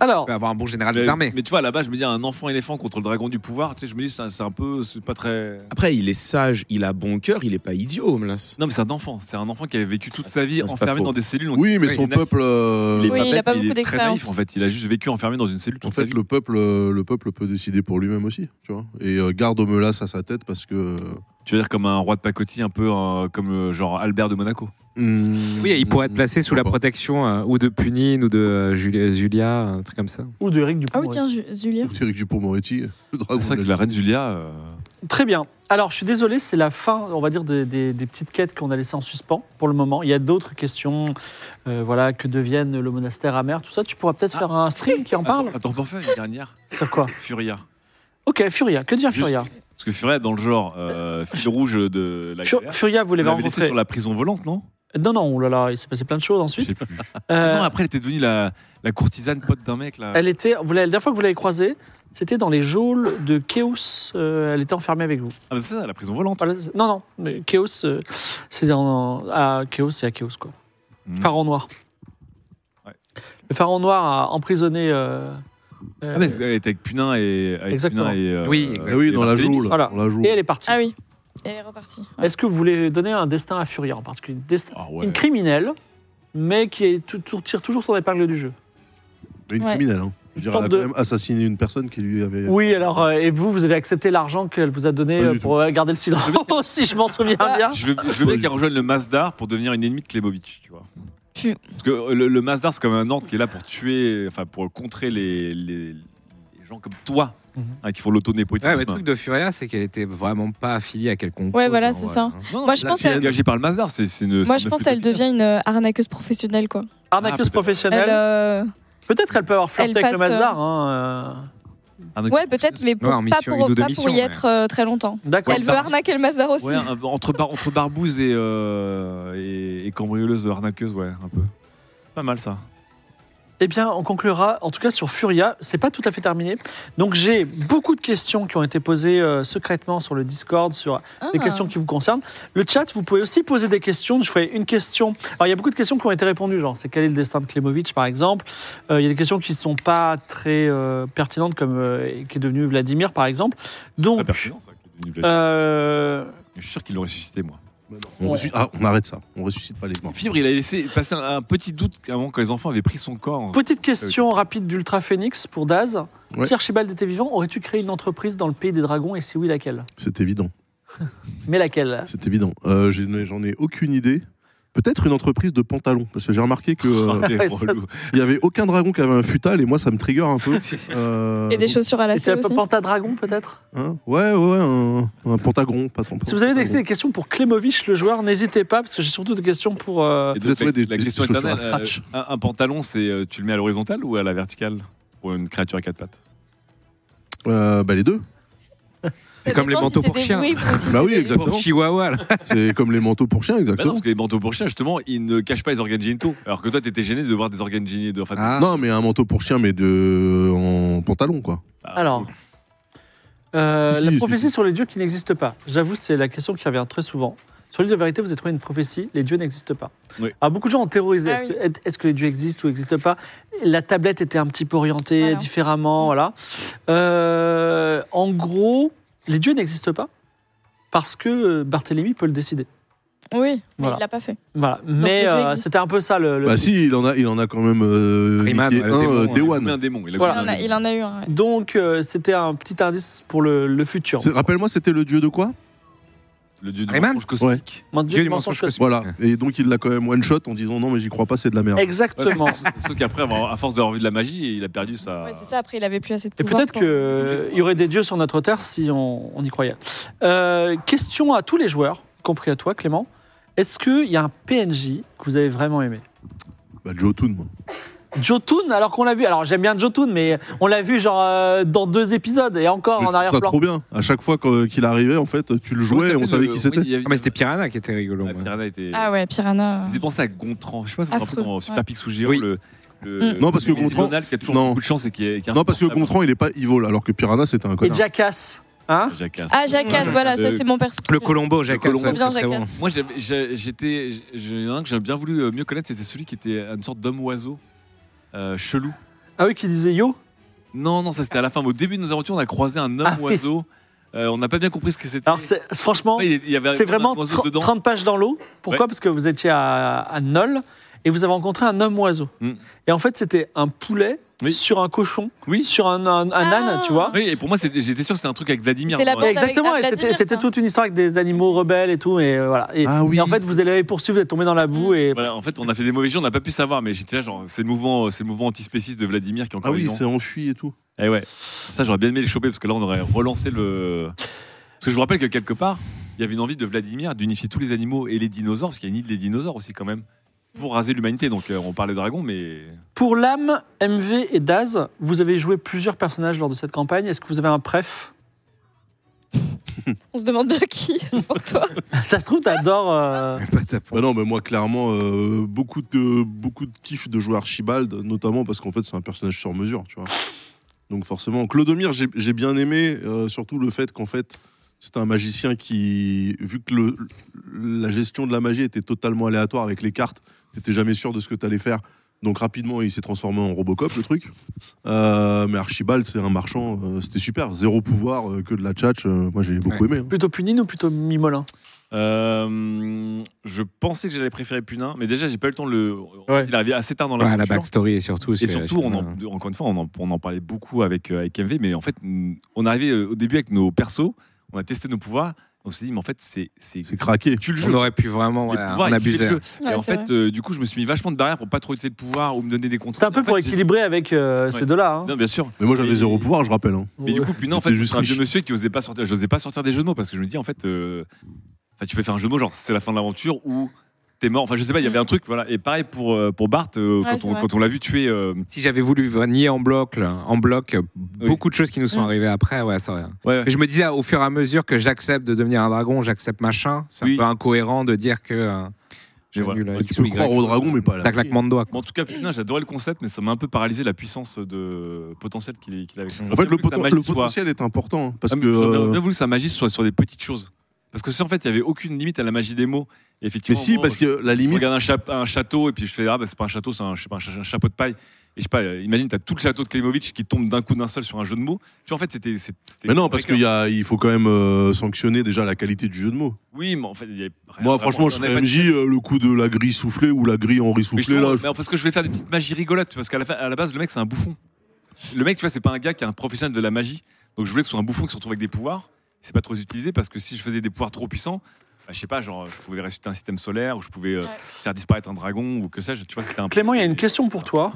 S5: On
S1: Alors,
S5: peut avoir un bon général
S3: Mais,
S5: des armées.
S3: mais tu vois, là-bas, je me dis un enfant éléphant contre le dragon du pouvoir, tu sais, je me dis, c'est un- c'est un peu. C'est pas très.
S6: Après, il est sage, il a bon cœur, il est pas idiot, Omelas.
S3: Non, mais c'est un enfant. C'est un enfant qui avait vécu
S2: Ah,
S3: toute sa vie
S6: c'est pas
S3: enfermé
S6: faux.
S3: dans des cellules. donc-
S2: Oui, mais
S3: il
S2: son
S3: est na-
S2: peuple. euh,
S3: Il est
S4: Oui, il a
S3: bête,
S4: pas
S3: est
S4: beaucoup
S3: très
S4: d'expérience.
S3: naïf, en fait. Il a juste vécu enfermé dans une cellule
S2: En
S3: toute sa
S2: fait,
S3: vie.
S2: le peuple, euh, le peuple peut décider pour lui-même aussi, tu vois. Et euh, garde Omelas à sa tête parce que. euh,
S3: Tu veux dire comme un roi de pacotille, un peu euh, comme euh, genre Albert de Monaco.
S2: hmm,
S5: Oui, il pourrait être placé sous la
S2: pourquoi
S5: protection euh, ou de Punine ou de euh, Julia, Julia, un truc comme ça.
S1: ou de Eric
S4: Ah
S1: Dupont.
S4: oui, tiens, Ju- Julia.
S2: pas. Éric Dupont-Moretti, le dragon.
S3: C'est ça que
S2: de
S3: la reine
S2: justice.
S3: Julia. euh,
S1: Très bien. Alors, je suis désolé, c'est la fin, on va dire, des, des- des petites quêtes qu'on a laissées en suspens pour le moment. Il y a d'autres questions. euh, voilà, que devienne le monastère amer, tout ça. Tu pourras peut-être faire un stream qui en parle.
S3: Attends, Ah. attends, pour faire une dernière.
S1: Sur quoi
S3: Furia.
S1: Ok, Furia. Que devient
S3: Juste-
S1: Furia
S3: Parce que Furia, dans le genre euh, fil rouge de la
S1: Fu-
S3: guerre,
S1: Furia, vous
S3: on
S1: l'avez
S3: l'avait laissée
S1: rencontrée.
S3: sur la prison volante, non
S1: Non, non, oulala, il s'est passé plein de choses
S3: Je
S1: ensuite.
S3: sais plus.
S1: Euh,
S3: Non, après, elle était devenue la, la courtisane pote d'un mec, là.
S1: elle était, vous l'avez- la dernière fois que vous l'avez croisée, c'était dans les geôles de Chaos. euh, elle était enfermée avec vous.
S3: Ah, mais c'est ça, la prison volante.
S1: Voilà, c'est- non, non, mais Chaos, euh, c'est dans- à Chaos, c'est à Chaos, quoi.
S3: Mm.
S1: Pharaon Noir.
S3: Ouais.
S1: Le Pharaon Noir a emprisonné. euh, euh,
S3: Ah, mais elle était avec Punin et. Avec
S1: Exactement.
S3: Punin et, euh,
S5: Oui,
S3: et
S2: Ah oui, dans la
S3: Barthélemy.
S2: joue, là.
S1: Voilà.
S2: Dans la joue.
S1: et elle est partie.
S4: Ah oui, elle est repartie.
S1: Est-ce que vous voulez donner un destin à Furia en particulier Destin-
S3: Ah ouais.
S1: Une criminelle, mais qui est tou- tou- tire toujours son épingle du jeu.
S2: Mais une
S4: Ouais.
S2: criminelle, hein. Je veux dire, elle a
S1: Sorte de-
S2: quand même assassiné une personne qui lui avait.
S1: Oui, alors, euh, et vous, vous avez accepté l'argent qu'elle vous a donné
S2: Pas du
S1: euh,
S2: tout.
S1: pour euh, garder le silence, si je m'en souviens
S4: Ah.
S1: bien.
S3: Je veux, je veux bien qu'elle rejoigne le Masdar pour devenir une ennemie de Klebovic, tu vois.
S4: Puis-
S3: Parce que euh, le, le Masdar, c'est comme un ordre qui est là pour tuer, enfin pour contrer les, les, les gens comme toi,
S1: Mhm.
S3: hein, qui font l'autonépotisme.
S5: Ouais, mais le truc de Furia, c'est qu'elle était vraiment pas affiliée à quelconque.
S4: Ouais,
S5: cause,
S4: voilà,
S5: hein,
S4: c'est ça.
S5: hein.
S3: Non, non,
S4: Moi, je
S3: là,
S4: pense
S3: c'est
S4: qu'elle-
S3: engagé par le Masdar, c'est c'est une.
S4: Moi,
S3: c'est
S4: je
S3: une
S4: pense
S3: meuf
S4: qu'elle devient une euh, arnaqueuse professionnelle, quoi.
S1: Arnaqueuse
S3: Ah, peut-être.
S1: professionnelle.
S4: Elle, euh,
S1: Peut-être elle peut avoir flirté
S4: elle
S1: avec le
S4: passe, euh,
S1: Masdar. hein,
S3: un
S4: Ouais, peut-être, mais pour-
S5: Ouais, en
S4: pas
S5: mission,
S4: pour,
S5: une ou deux
S4: pas pour
S5: missions,
S4: y
S5: ouais.
S4: être euh, très longtemps.
S1: euh, D'accord.
S4: elle veut arnaquer le Mazar aussi.
S3: Ouais, un- entre, bar- entre barbouze et, euh, et, et cambrioleuse arnaqueuse, ouais, un peu. C'est Pas mal ça.
S1: Eh bien, on conclura en tout cas sur Furia. C'est pas tout à fait terminé. Donc, j'ai beaucoup de questions qui ont été posées euh, secrètement sur le Discord, sur des
S4: Ah.
S1: questions qui vous concernent. Le chat, vous pouvez aussi poser des questions. Je ferai une question. Alors, il y a beaucoup de questions qui ont été répondues, genre c'est quel est le destin de Klemovic, par exemple. Euh, il y a des questions qui ne sont pas très euh, pertinentes, comme euh, qui est devenu Vladimir, par exemple.
S3: Pas
S1: Donc,
S3: pertinent, ça. qu'il est devenu Vladimir.
S1: euh,
S3: Je suis sûr qu'il l'aurait suscité, moi.
S2: On ressuscite- Ah, on arrête ça. On ressuscite pas les morts.
S3: Fibre, il a laissé passer un, un petit doute avant que les enfants avaient pris son corps.
S1: petite question rapide d'Ultra Phoenix pour Daz.
S2: Ouais.
S1: Si Archibald était vivant, aurais-tu créé une entreprise dans le pays des dragons et si oui, laquelle
S2: C'est évident.
S1: Mais laquelle
S4: Ah,
S2: C'est évident. Euh, j'ai- J'en ai aucune idée. Peut-être une entreprise de pantalons, parce que j'ai remarqué que euh,
S3: Ah, des
S1: ouais, ça,
S3: relous.
S2: il y avait aucun dragon qui avait un futal et moi ça me trigger un peu. Euh,
S4: Et des
S2: donc,
S4: chaussures à la E
S1: Et c'est
S4: selle
S1: le
S4: aussi.
S1: Pentadragon peut-être
S2: hein, ouais, ouais, ouais, un, un pentagon, pas
S1: Si vous avez des, des questions pour Klemovic, le joueur, n'hésitez pas, parce que j'ai surtout des questions pour... euh,
S3: Et donc,
S2: Peut-être,
S3: la,
S2: ouais, des-
S3: la
S2: des
S3: question
S2: chaussures à
S3: éternelle,
S2: scratch.
S3: euh, un, un pantalon, c'est euh, tu le mets à l'horizontale ou à la verticale pour une créature à quatre pattes
S2: Euh, bah les deux.
S5: C'est comme les manteaux pour chiens.
S2: Bah oui,
S5: Pour
S2: exactement.
S5: Chihuahua, là.
S2: C'est comme les manteaux pour chiens,
S3: Bah non,
S2: exactement.
S3: parce que les manteaux pour chien, justement, ils ne cachent pas les organes génitaux. Alors que toi, t'étais gêné de voir des organes génitaux. Enfin,
S1: Bah
S5: Ah.
S2: Non, mais un manteau pour chien, mais de euh, en pantalon quoi.
S3: bah,
S1: Alors, euh,
S2: Ah, Si,
S1: la
S2: si,
S1: prophétie
S2: si.
S1: sur les dieux qui n'existent pas. J'avoue, c'est la question qui revient très souvent. Sur l'île de vérité, vous avez trouvé une prophétie, les dieux n'existent pas.
S3: Oui.
S1: Alors, beaucoup de gens ont théorisé,
S4: Ah
S1: est-ce
S4: oui.
S1: que, est- est-ce que les dieux existent ou n'existent pas La tablette était un petit peu orientée
S4: Voilà. Mm.
S1: différemment, voilà. Euh, en gros, les dieux n'existent pas parce que Barthélemy peut le décider.
S4: Oui, mais
S1: Voilà.
S4: il l'a pas fait.
S1: Voilà. Mais
S4: dieux
S1: euh,
S4: existent.
S1: c'était un peu ça le... le-
S2: Bah si, il en a, il en a quand même euh,
S5: Rayman,
S2: niqué
S5: le
S2: un
S5: démon,
S2: euh,
S5: hein,
S2: Day
S3: il a
S2: One.
S3: coupé un démon. Il a
S1: Voilà.
S3: coupé
S4: Il en
S3: un
S4: a,
S3: démon.
S4: il en a eu un. ouais.
S1: Donc, euh, c'était un petit indice pour le, le futur.
S2: C'est- Rappelle-moi, c'était le dieu de quoi
S3: Le dieu du
S5: Rayman
S3: mensonge cosmique.
S1: Mon Dieu, du
S5: Dieu du
S1: mensonge
S5: mensonge
S1: cosmique.
S2: Voilà. Et donc il l'a quand même one shot en disant non mais j'y crois pas, c'est de la merde.
S1: Exactement.
S3: Sauf qu'après, avoir- à force d'avoir vu de la magie, il a perdu sa.
S4: Ouais, c'est ça. Après, il avait plus assez de
S1: Et
S4: pouvoir.
S1: peut-être
S4: quoi.
S1: qu'il y aurait des dieux sur notre terre si on, on y croyait. Euh, question à tous les joueurs, y compris à toi, Clément. Est-ce qu'il y a un PNJ que vous avez vraiment aimé
S2: Bah Jotun. moi.
S1: Jotun, alors qu'on l'a vu. Alors j'aime bien Jotun, mais on l'a vu genre euh, dans deux épisodes et encore
S2: Mais
S1: en
S2: je trouve ça
S1: arrière-plan.
S2: trop bien. À chaque fois que- qu'il arrivait, en fait, tu le
S3: Comment
S2: jouais et on
S3: s'appelle
S2: savait
S3: le-
S2: qui c'était.
S3: oui, il y avait-
S5: Ah, mais c'était Piranha qui était rigolo.
S3: Ah,
S5: moi.
S3: Piranha était.
S4: Ah ouais, Piranha.
S3: Ils ont pensé à Gontran. Je sais pas si vous vous
S4: Affreux,
S3: rappelez dans Super
S4: ouais.
S3: Pixou Géant,
S5: Oui.
S3: le. le-
S4: Mm.
S2: Non, parce que
S3: le
S2: Gontran-
S3: Donald qui a toujours
S2: non.
S3: beaucoup de chance et qui est. qui est
S2: Non, parce que
S3: insupportable.
S2: Gontran, il est pas evil, alors que Piranha, c'était un
S1: Et
S2: connard.
S1: Jackass, hein
S3: Jacasse.
S4: Ah, Jacasse,
S3: Euh,
S4: voilà, ça
S3: euh,
S4: c'est mon perso.
S5: Le Colombo, Jacques.
S3: Colombo.
S4: Bien,
S5: très
S4: Jacques.
S5: bon.
S3: Moi, j'avais- j'ai- j'étais. j'ai- Il y en a un que j'aurais bien voulu euh, mieux connaître, c'était celui qui était une sorte d'homme oiseau. euh, chelou.
S1: Ah oui, qui disait yo
S3: Non, non, ça c'était à la fin. Mais au début de nos aventures, on a croisé un homme
S1: Ah oui.
S3: oiseau. Euh, on n'a pas bien compris ce que c'était.
S1: Alors, c'est- franchement,
S3: Ouais, il y- il y avait
S1: c'est
S3: un
S1: vraiment
S3: oiseau
S1: 30,
S3: dedans.
S1: 30 pages dans l'eau. Pourquoi Parce que vous étiez à, à Nol et vous avez rencontré un homme oiseau.
S3: Mm.
S1: Et en fait, c'était un poulet
S3: Oui.
S1: sur un cochon,
S3: Oui.
S1: sur un, un- un
S4: Ah.
S1: âne, tu vois.
S3: Oui, et pour moi, c'était- j'étais sûr que c'était un truc avec Vladimir.
S4: C'est la
S3: Ouais.
S4: bande
S1: Exactement,
S4: Avec-
S1: et
S4: à
S1: c'était,
S4: Vladimir,
S1: c'était
S4: ça.
S1: toute une histoire avec des animaux rebelles et tout. Et, euh, voilà. et,
S2: Ah oui.
S1: et en fait, vous allez poursuivre, vous êtes tombé dans la boue. Et...
S3: Voilà, en fait, on a fait des mauvais jeux, on n'a pas pu savoir, mais j'étais là, genre, c'est le mouvement, c'est le mouvement antispéciste de Vladimir qui est
S2: Ah
S3: encore
S2: oui,
S3: vivant.
S2: c'est enfui et tout.
S3: Eh ouais, ça j'aurais bien aimé les choper parce que là on aurait relancé le. Parce que je vous rappelle que quelque part, il y avait une envie de Vladimir d'unifier tous les animaux et les dinosaures, parce qu'il y a une île des dinosaures aussi quand même, pour raser l'humanité. Donc euh, on parle des dragons, mais.
S1: Pour l'âme, MV et Daz, vous avez joué plusieurs personnages lors de cette campagne. Est-ce que vous avez un préf
S4: On se demande bien qui pour toi.
S1: Ça se trouve, t'adores. euh,
S2: Bah non, mais moi, clairement, euh, beaucoup, de, beaucoup de kiff de jouer Archibald, notamment parce qu'en fait, c'est un personnage sur mesure, tu vois. Donc forcément, Clodomir, j'ai j'ai bien aimé, euh, surtout le fait qu'en fait, c'est un magicien qui, vu que le- la gestion de la magie était totalement aléatoire avec les cartes, t'étais jamais sûr de ce que t'allais faire. Donc rapidement, il s'est transformé en Robocop, le truc. Euh, mais Archibald, c'est un marchand, euh, c'était super. Zéro pouvoir, euh, que de la tchatch, euh, moi j'ai beaucoup aimé. hein.
S1: Plutôt Punine ou plutôt Mimolin
S3: Euh, je pensais que j'allais préférer Punin, mais déjà j'ai pas eu le temps de le.
S1: Ouais.
S3: Il est arrivé assez tard dans la
S5: Voilà, la
S3: aventure.
S5: backstory et surtout.
S3: Et
S5: c'est- euh,
S3: surtout, on en- encore une fois, on en, on en parlait beaucoup avec, euh, avec MV, mais en fait, mm, on arrivait euh, au début avec nos persos, on a testé nos pouvoirs, on s'est dit, mais en fait, c'est.
S2: C'est craqué.
S3: Tu le
S5: on
S3: jeu.
S5: aurait pu vraiment
S3: Les
S5: ouais, hein,
S3: pouvoirs,
S5: en
S3: ils
S5: abuser.
S3: tuent le jeu.
S4: Ouais,
S3: et en
S4: c'est
S3: fait, euh, du coup, je me suis mis vachement de barrière pour pas trop essayer de pouvoir ou me donner des contraintes.
S1: C'était un peu
S3: En fait,
S1: pour
S3: j'ai-
S1: équilibrer avec euh, ces deux-là. hein.
S3: Non, bien sûr.
S2: Mais moi j'avais
S3: Mais-
S2: zéro pouvoir, je rappelle. hein.
S3: Mais du coup, puis non, en fait,
S2: J'étais juste
S3: juste un vieux
S2: riche.
S3: monsieur qui osait pas sortir. J'osais pas sortir des jeux de mots parce que je me dis, en fait, euh, enfin, tu peux faire un jeu de mots, genre c'est la fin de l'aventure ou t'es mort. Enfin, je sais pas, il y avait un truc, voilà. Et pareil pour, euh, pour Bart, euh,
S4: Ouais,
S3: quand,
S4: c'est
S3: on,
S4: vrai.
S3: quand on l'a vu tuer. euh,
S5: Si j'avais voulu nier en bloc, là, en bloc, euh, beaucoup de choses qui nous sont
S4: Mm.
S5: arrivées après, ouais, ça. aurait-
S3: ouais, ouais.
S5: Mais je me disais, ah, au fur et à mesure que j'accepte de devenir un dragon, j'accepte machin. C'est
S3: Oui.
S5: un peu incohérent de dire que. euh, j'ai
S3: voilà.
S5: nul à
S3: Ouais,
S5: X
S2: tu
S5: ou
S2: peux
S5: Y
S2: croire au
S5: chose.
S2: dragon, mais pas à la
S5: D'un
S2: magie.
S5: claquement de doigts.
S3: Mais en tout cas, putain, j'adorais le concept, mais ça m'a un peu paralysé la puissance de potentiel qu'il qu'il avait.
S2: En fait, le, poten- le potentiel est important. hein,
S3: Ah,
S2: Parce que.
S3: j'aurais bien
S2: euh,
S3: voulu que sa magie soit sur des petites choses. Parce que si en fait, il y avait aucune limite à la magie des mots, et
S2: Mais
S3: effectivement.
S2: si,
S3: moi,
S2: parce que la
S3: Je
S2: limite.
S3: hein. regarde un, chap- un château et puis je fais ah bah c'est pas un château c'est un, je sais pas, un cha- un chapeau de paille et je sais pas euh, imagine t'as tout le château de Klimovic qui tombe d'un coup d'un seul sur un jeu de mots tu vois en fait c'était c'était
S2: Mais non, parce qu'il y a- il faut quand même euh, sanctionner déjà la qualité du jeu de mots.
S3: oui mais en fait il y avait rien-
S2: Moi,
S3: Ah, vraiment, on
S2: franchement, je
S3: avait
S2: serais
S3: pas de-
S2: MJ, euh, le coup de la grille soufflée ou la grille en riz
S3: mais
S2: soufflé,
S3: justement,
S2: là.
S3: mais parce que je voulais faire des petites magies rigolotes parce qu'à la, fin- à la base le mec c'est un bouffon le mec tu vois c'est pas un gars qui est un professionnel de la magie donc je voulais que ce soit un bouffon qui se retrouve avec des pouvoirs c'est pas trop utilisé parce que si je faisais des pouvoirs trop puissants bah, je sais pas genre je pouvais ressusciter un système solaire ou je pouvais euh,
S4: Ouais.
S3: faire disparaître un dragon ou que sais-je tu vois c'était un peu-
S1: Clément, il y a une question pour toi.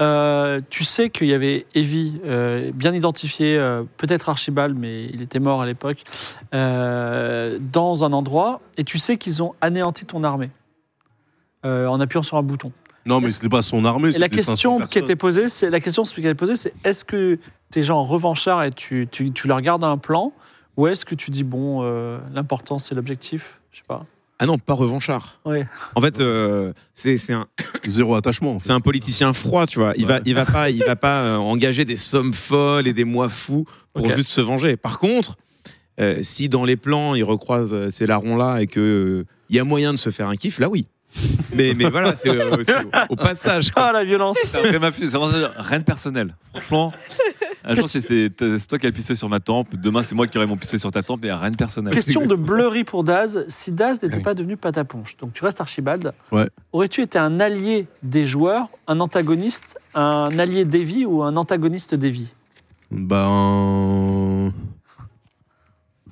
S1: Euh, tu sais qu'il y avait Evie, euh, bien identifié, euh, peut-être Archibald, mais il était mort à l'époque, euh, dans un endroit, et tu sais qu'ils ont anéanti ton armée euh, en appuyant sur un bouton.
S2: Non, mais c'était pas son armée,
S1: Et la
S2: c'était 500
S1: question qui
S2: personnes.
S1: était posée, c'est la question qui était posée, c'est est-ce que t'es gens revanchards et tu, tu, tu leur gardes un plan, ou est-ce que tu dis bon, euh, l'important c'est l'objectif, je sais pas.
S6: Ah non, pas revanchard.
S1: Ouais.
S6: En fait, euh, c'est c'est un,
S2: Zéro attachement. en fait.
S6: C'est un politicien froid, tu vois. Il va, il va pas, il va pas euh, engager des sommes folles et des mois fous pour
S1: Ok.
S6: juste se venger. Par contre, euh, si dans les plans il recroise euh, ces larrons là et que euh, il y a moyen de se faire un kiff, là oui. Mais, mais voilà, c'est euh, c'est au, au passage. quoi.
S1: Ah la violence
S3: C'est un vrai mafieux, c'est vraiment rien de personnel. Franchement, un jour c'est c'est- c'est toi qui as le pistolet sur ma tempe, demain c'est moi qui aurai mon pistolet sur ta tempe, et rien de personnel.
S1: Question de blurry pour Daz. Si Daz n'était
S5: Ah oui.
S1: pas devenu pataponche, donc tu restes Archibald,
S2: Ouais.
S1: aurais-tu été un allié des joueurs, un antagoniste, un allié d'Evie ou un antagoniste d'Evie
S2: Ben.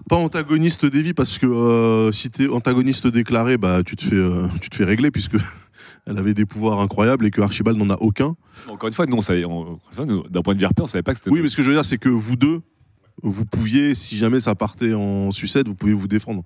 S2: Pas antagoniste d'Evie, parce que euh, si t'es antagoniste déclaré, bah, tu, te fais, euh, tu te fais régler, puisque elle avait des pouvoirs incroyables et que Archibald n'en a aucun.
S3: Encore une fois, nous, on savait- on- encore une fois, nous, d'un point de vue RP, on savait pas que c'était.
S2: Oui, mais ce que je veux dire, c'est que vous deux, vous pouviez, si jamais ça partait en sucette, vous pouviez vous défendre.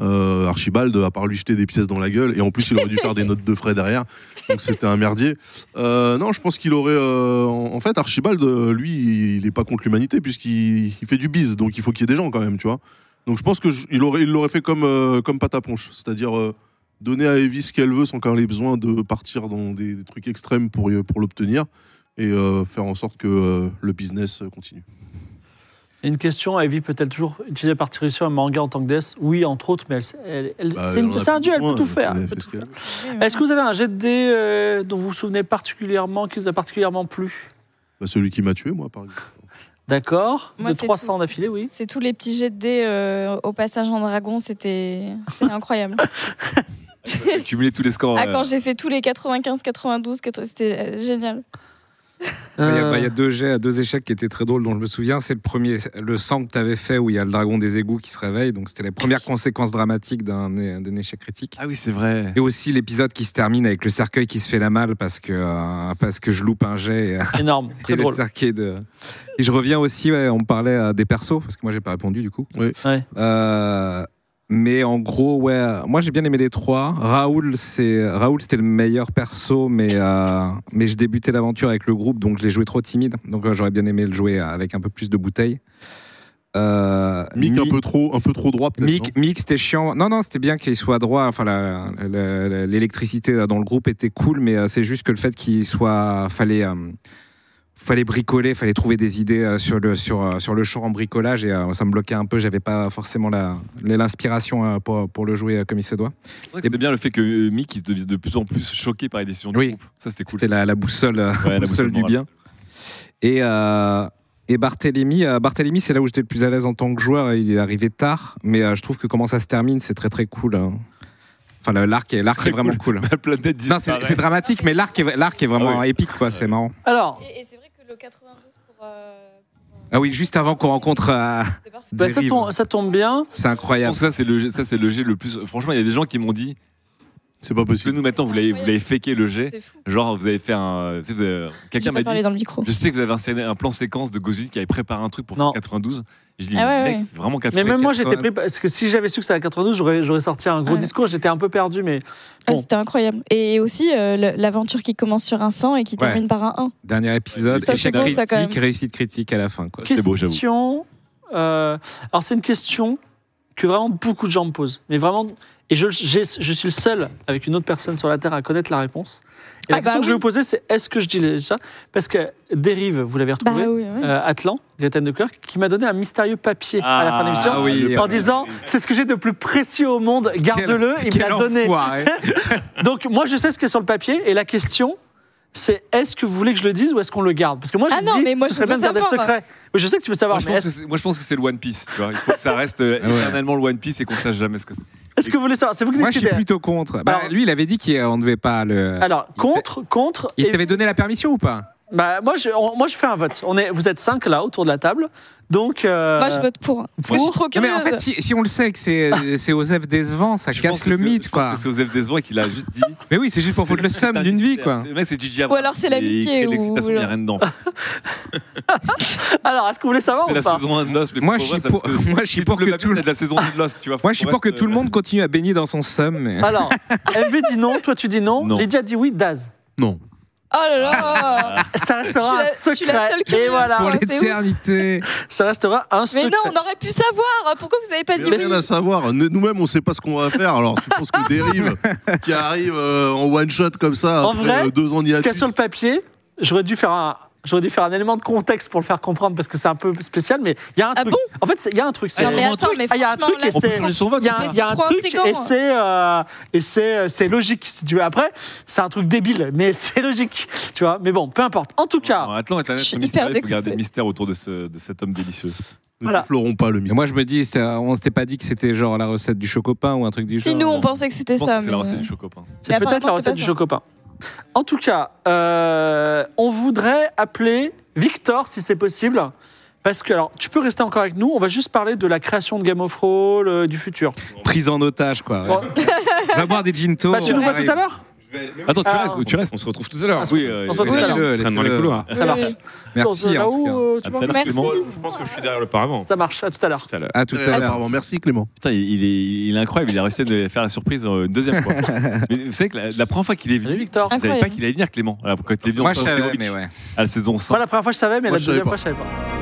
S2: Euh, Archibald, à part lui jeter des pièces dans la gueule, et en plus, il aurait dû faire des notes de frais derrière, donc c'était un merdier. Euh, non, je pense qu'il aurait. euh, en en fait, Archibald, euh, lui, il est pas contre l'humanité, puisqu'il il fait du bise, donc il faut qu'il y ait des gens quand même, tu vois. Donc je pense qu'il aurait, il l'aurait fait comme, euh, comme Pataponche, c'est-à-dire. euh, Donner à Evie ce qu'elle veut sans qu'elle ait besoin de partir dans des, des trucs extrêmes pour, y- pour l'obtenir et euh, faire en sorte que euh, le business continue.
S1: Et Une question, Evie peut-elle toujours utiliser par sur un manga en tant que déesse Oui, entre autres, mais elle- elle- elle-
S2: Bah,
S1: c'est une-
S2: elle en a
S1: c'est un
S2: plus
S1: duel, elle
S2: besoin,
S1: peut tout
S2: elle
S1: faire.
S2: fait
S1: elle peut
S2: ce
S1: tout
S2: qu'elle
S1: faire. Est-ce que vous avez un jet de dés euh, dont vous vous souvenez particulièrement, qui vous a particulièrement plu
S2: Bah, celui qui m'a tué, moi, par exemple.
S1: D'accord.
S4: Moi,
S1: De
S4: c'est
S1: 300
S4: tout.
S1: d'affilée, oui.
S4: C'est tous les petits jets de dés euh, au passage en dragon, c'était c'était incroyable.
S3: Cumuler tous les scores.
S4: Ah,
S3: euh,
S4: quand j'ai fait tous les 95, 92, 80, c'était euh, génial.
S5: Bah, Il y, a-
S1: Euh,
S5: bah, il y a deux jets, deux échecs qui étaient très drôles dont je me souviens. C'est le premier, le sang que tu avais fait où il y a le dragon des égouts qui se réveille. Donc c'était la première conséquence dramatique d'un d'un échec critique.
S3: Ah oui, c'est vrai.
S5: Et aussi l'épisode qui se termine avec le cercueil qui se fait la malle parce que, euh, parce que je loupe un jet. Et,
S1: Énorme,
S5: et
S1: très
S5: le
S1: drôle.
S5: cercueil de... Et je reviens aussi, ouais, on parlait euh, des persos, parce que moi j'ai pas répondu du coup.
S2: Oui.
S1: Ouais.
S5: Euh, mais en gros, ouais, euh, moi j'ai bien aimé les trois. Raoul, c'est Raoul, c'était le meilleur perso, mais euh, mais je débutais l'aventure avec le groupe, donc je l'ai joué trop timide. Donc euh, j'aurais bien aimé le jouer avec un peu plus de bouteilles. Euh,
S2: Bah, Mick, un
S5: Mi-
S2: peu trop, un peu trop droit, peut-être.
S5: Mick, Mick, c'était chiant. Non, non, c'était bien qu'il soit droit. Enfin, la- la- la- l'électricité dans le groupe était cool, mais euh, c'est juste que le fait qu'il soit, fallait, euh, fallait bricoler, fallait trouver des idées euh, sur le sur euh, sur le champ en bricolage et euh, ça me bloquait un peu. J'avais pas forcément la l'inspiration euh, pour pour le jouer euh, comme il se doit.
S3: C'est vrai que C'était bien le fait que euh, Mick il devient de plus en plus choqué par les décisions du
S5: Oui.
S3: groupe. Ça, c'était cool.
S5: C'était la, la boussole, euh,
S3: Ouais, la
S5: boussole
S3: boussole
S5: du
S3: morale.
S5: bien. Et euh, et Barthélémy, euh, Barthélémy, c'est là où j'étais le plus à l'aise en tant que joueur. Il est arrivé tard, mais euh, je trouve que comment ça se termine, c'est très très cool. hein. Enfin, le- l'arc est l'arc
S3: Très
S5: est vraiment cool.
S3: La planète
S5: Non,
S3: disparaît.
S5: c'est c'est dramatique, mais l'arc est, l'arc est vraiment
S3: Ah oui.
S5: épique, quoi. C'est marrant.
S1: Alors,
S4: Et, c'est vrai que le 92 pour.
S5: Ah oui, juste avant qu'on rencontre euh,
S1: bah, ça,
S5: Dérive.
S1: tombe, ça tombe bien.
S3: Je
S5: C'est incroyable.
S3: pense que Ça, c'est le, jet- ça, c'est le jet le plus. Franchement, il y a des gens qui m'ont dit
S2: C'est pas
S3: que
S2: possible.
S3: nous, maintenant, vous l'avez vous l'avez faké le jet.
S4: C'est fou.
S3: Genre, vous avez fait un. tu sais, vous avez-
S4: J'ai
S3: Quelqu'un
S4: pas
S3: m'a
S4: parlé
S3: dit.
S4: dans le micro.
S3: Je sais que vous avez un, scén- un plan séquence de Gozuli qui avait préparé un truc pour
S1: Non.
S3: faire 92. Et je dis,
S4: Ah ouais,
S3: mec,
S4: ouais.
S3: c'est vraiment
S1: Mais
S3: 92.
S1: même moi, j'étais
S5: 80.
S1: pris. Parce que si j'avais su que c'était à 92, j'aurais j'aurais sorti un gros
S4: Ouais.
S1: discours. J'étais un peu perdu, mais
S4: Ah,
S1: Bon.
S4: C'était incroyable. Et aussi euh, le- l'aventure qui commence sur un 100 et qui termine par un 1.
S5: Dernier épisode,
S3: Ça, c'est
S5: échec
S3: beau,
S4: ça, quand
S5: critique, réussite critique à la fin, quoi.
S3: C'était beau, j'avoue.
S1: question. euh, alors, c'est une question que vraiment beaucoup de gens me posent. Mais vraiment. Et je, j'ai- je suis le seul, avec une autre personne sur la Terre, à connaître la réponse. Et la
S4: Ah, bah
S1: question que je vais
S4: oui.
S1: vous poser, c'est est-ce que je dis ça Parce que Dérive, vous l'avez
S4: Bah
S1: retrouvé,
S4: oui, oui.
S1: euh, Atlan, Gaëtan de Clerc, qui m'a donné un mystérieux papier à la fin de l'émission.
S5: Ah oui,
S1: en disant, c'est ce que j'ai de plus précieux au monde, garde-le, il me
S5: Quel
S1: l'a donné.
S5: enfoiré.
S1: Donc moi je sais ce qu'il y a sur le papier et la question c'est est-ce que vous voulez que je le dise ou est-ce qu'on le garde Parce que moi je
S4: Ah non,
S1: dis
S4: mais moi,
S1: ce
S4: je
S1: serait
S4: veux
S1: bien de garder le
S4: savoir.
S1: secret. Mais je sais que tu veux
S3: Moi
S1: savoir.
S3: je,
S1: mais
S3: pense
S1: est-ce
S3: que c'est- moi, je pense que c'est le One Piece. Tu vois. Il faut que ça reste euh,
S5: Ah ouais.
S3: éternellement le One Piece et qu'on sache jamais ce que c'est.
S1: est-ce que vous voulez savoir C'est vous qui
S5: Moi, je suis
S1: décidez.
S5: plutôt contre. Bah,
S1: Alors-
S5: lui, il avait dit qu'on ne devait pas le.
S1: Alors contre, contre.
S5: Il
S1: et-
S5: t'avait donné la permission ou pas
S1: bah, moi je, on- moi je fais un vote. On est, vous êtes cinq là autour de la table. Donc euh,
S4: Moi, je vote pour. Parce que je suis trop
S5: Non, mais
S4: curieuse.
S5: en fait, si, si on le sait que
S1: Ah.
S5: c'est euh, c'est Osef décevant, ça
S3: Je pense
S5: casse
S3: que
S5: le
S3: c'est-
S5: mythe,
S3: je
S5: quoi.
S3: pense que c'est Joseph Desvoix qui l'a juste dit.
S5: Mais oui, c'est juste pour foutre le
S3: C'est-
S5: seum d'une vie, quoi.
S3: C'est- Mais c'est Gigi
S4: Ou alors c'est l'amitié,
S3: Et
S4: ou-
S3: l'excitation, il n'y a
S4: ou-
S3: rien dedans.
S1: alors est-ce que vous voulez savoir
S3: C'est
S1: ou
S3: la
S1: pas
S3: saison 1 de Lost. Mais
S5: Moi,
S3: faut
S5: je
S3: voir
S5: suis
S3: ça,
S5: pour-
S3: parce
S5: moi, je suis
S3: si
S5: pour
S3: le
S5: que
S3: papier,
S5: tout le-
S3: c'est de la saison 1 de Lost, tu vois.
S5: Moi, je suis
S3: Faut
S5: pour que
S3: reste,
S5: tout le
S3: euh,
S5: monde continue à baigner dans son seum. mais-
S1: Alors MV dit non, toi tu dis non,
S3: Non.
S1: Lydia dit oui, Daz.
S2: Non.
S4: Oh là là
S1: Ça restera
S4: Je
S1: un
S4: suis la- je suis la
S1: secret.
S4: seule
S1: et
S4: curieuse.
S5: Pour
S1: voilà,
S4: c'est ouf.
S5: l'éternité.
S1: ça restera un
S4: Mais
S1: secret.
S4: non, on aurait pu savoir Pourquoi vous avez pas dit
S2: Il y a rien
S4: oui
S2: à savoir. Ne- Nous-mêmes, on sait pas ce qu'on va faire. Alors, tu penses que dérive qui arrive euh, en one shot comme ça
S1: En
S2: après
S1: vrai,
S2: euh, deux ans d'y
S1: Parce que sur le papier, j'aurais dû faire un. J'aurais dû faire un élément de contexte pour le faire comprendre parce que c'est un peu spécial, mais il y a un
S4: Ah
S1: truc. en fait, c'est- il y a un truc. c'est-
S4: Non, mais attends, mais
S1: Ah, il y a un
S4: franchement,
S1: truc et
S4: là,
S3: On peut
S1: c'est-
S3: changer son vote.
S1: Il y a,
S3: ou
S1: un-
S3: pas
S1: il y a un
S4: trop
S1: truc
S4: intriguant.
S1: et c'est euh, et c'est euh, c'est logique si tu veux. Après, c'est un truc débile, mais c'est logique, tu vois. Mais bon, peu importe. En tout cas,
S3: Non, Atlan est un
S4: Je suis
S3: être
S4: hyper
S3: mystérieux, il faut
S4: dégoûtée.
S3: garder le mystère autour de, ce- de cet homme délicieux.
S2: Nous
S1: Voilà.
S2: n'effleurons pas le
S5: Et
S2: mystère.
S5: moi, je me dis, c'était- on s'était pas dit que c'était genre la recette du chocopin ou un truc du genre.
S4: Si nous, on
S5: non.
S4: pensait que c'était
S3: Je pense
S4: ça.
S3: que c'est
S4: mais,
S3: la recette
S4: euh,
S3: du chocopin.
S1: c'est
S4: Mais
S1: peut-être la
S4: apparemment, c'est
S1: recette
S4: pas
S1: du
S4: ça.
S1: chocopin. En tout cas, euh, on voudrait appeler Victor si c'est possible. Parce que, alors, tu peux rester encore avec nous, on va juste parler de la création de Game of Thrones, euh, du futur.
S5: Prise en otage, quoi.
S1: Bon,
S5: ouais. On va boire des gin
S1: bah, tu
S5: on
S1: nous vois
S5: arrive.
S1: tout à l'heure
S3: Attends, tu
S1: Ah,
S3: restes, tu restes.
S6: On se retrouve tout à l'heure.
S3: Oui, euh,
S1: on se retrouve tout
S3: oui,
S1: à l'heure.
S5: Laissez-le,
S6: Traîne dans les
S5: laissez-le.
S6: couloirs.
S1: Ça marche.
S5: Merci,
S1: Là
S5: en tout
S1: où,
S5: cas.
S1: euh, tu
S3: À
S1: m'en-
S3: tout à l'heure.
S4: Merci.
S6: Je pense que je suis derrière le paravent.
S1: Ça marche, à tout à l'heure.
S6: Tout à l'heure.
S5: À tout à l'heure.
S2: Pardon, merci Clément.
S3: Putain, il est, il est incroyable, il a réussi à nous faire la surprise euh, une deuxième fois. Mais vous savez que la, la première fois qu'il est
S1: Salut
S3: venu,
S1: Victor.
S3: je savais pas
S4: Incroyable.
S3: qu'il allait venir Clément. Voilà, quand il est venu en
S5: Moi, je
S3: tant que
S5: savais,
S3: Clément,
S5: mais ouais.
S3: à la saison 5.
S1: Moi, la première fois, je savais, mais la
S2: Moi, je savais
S1: deuxième fois, je savais pas.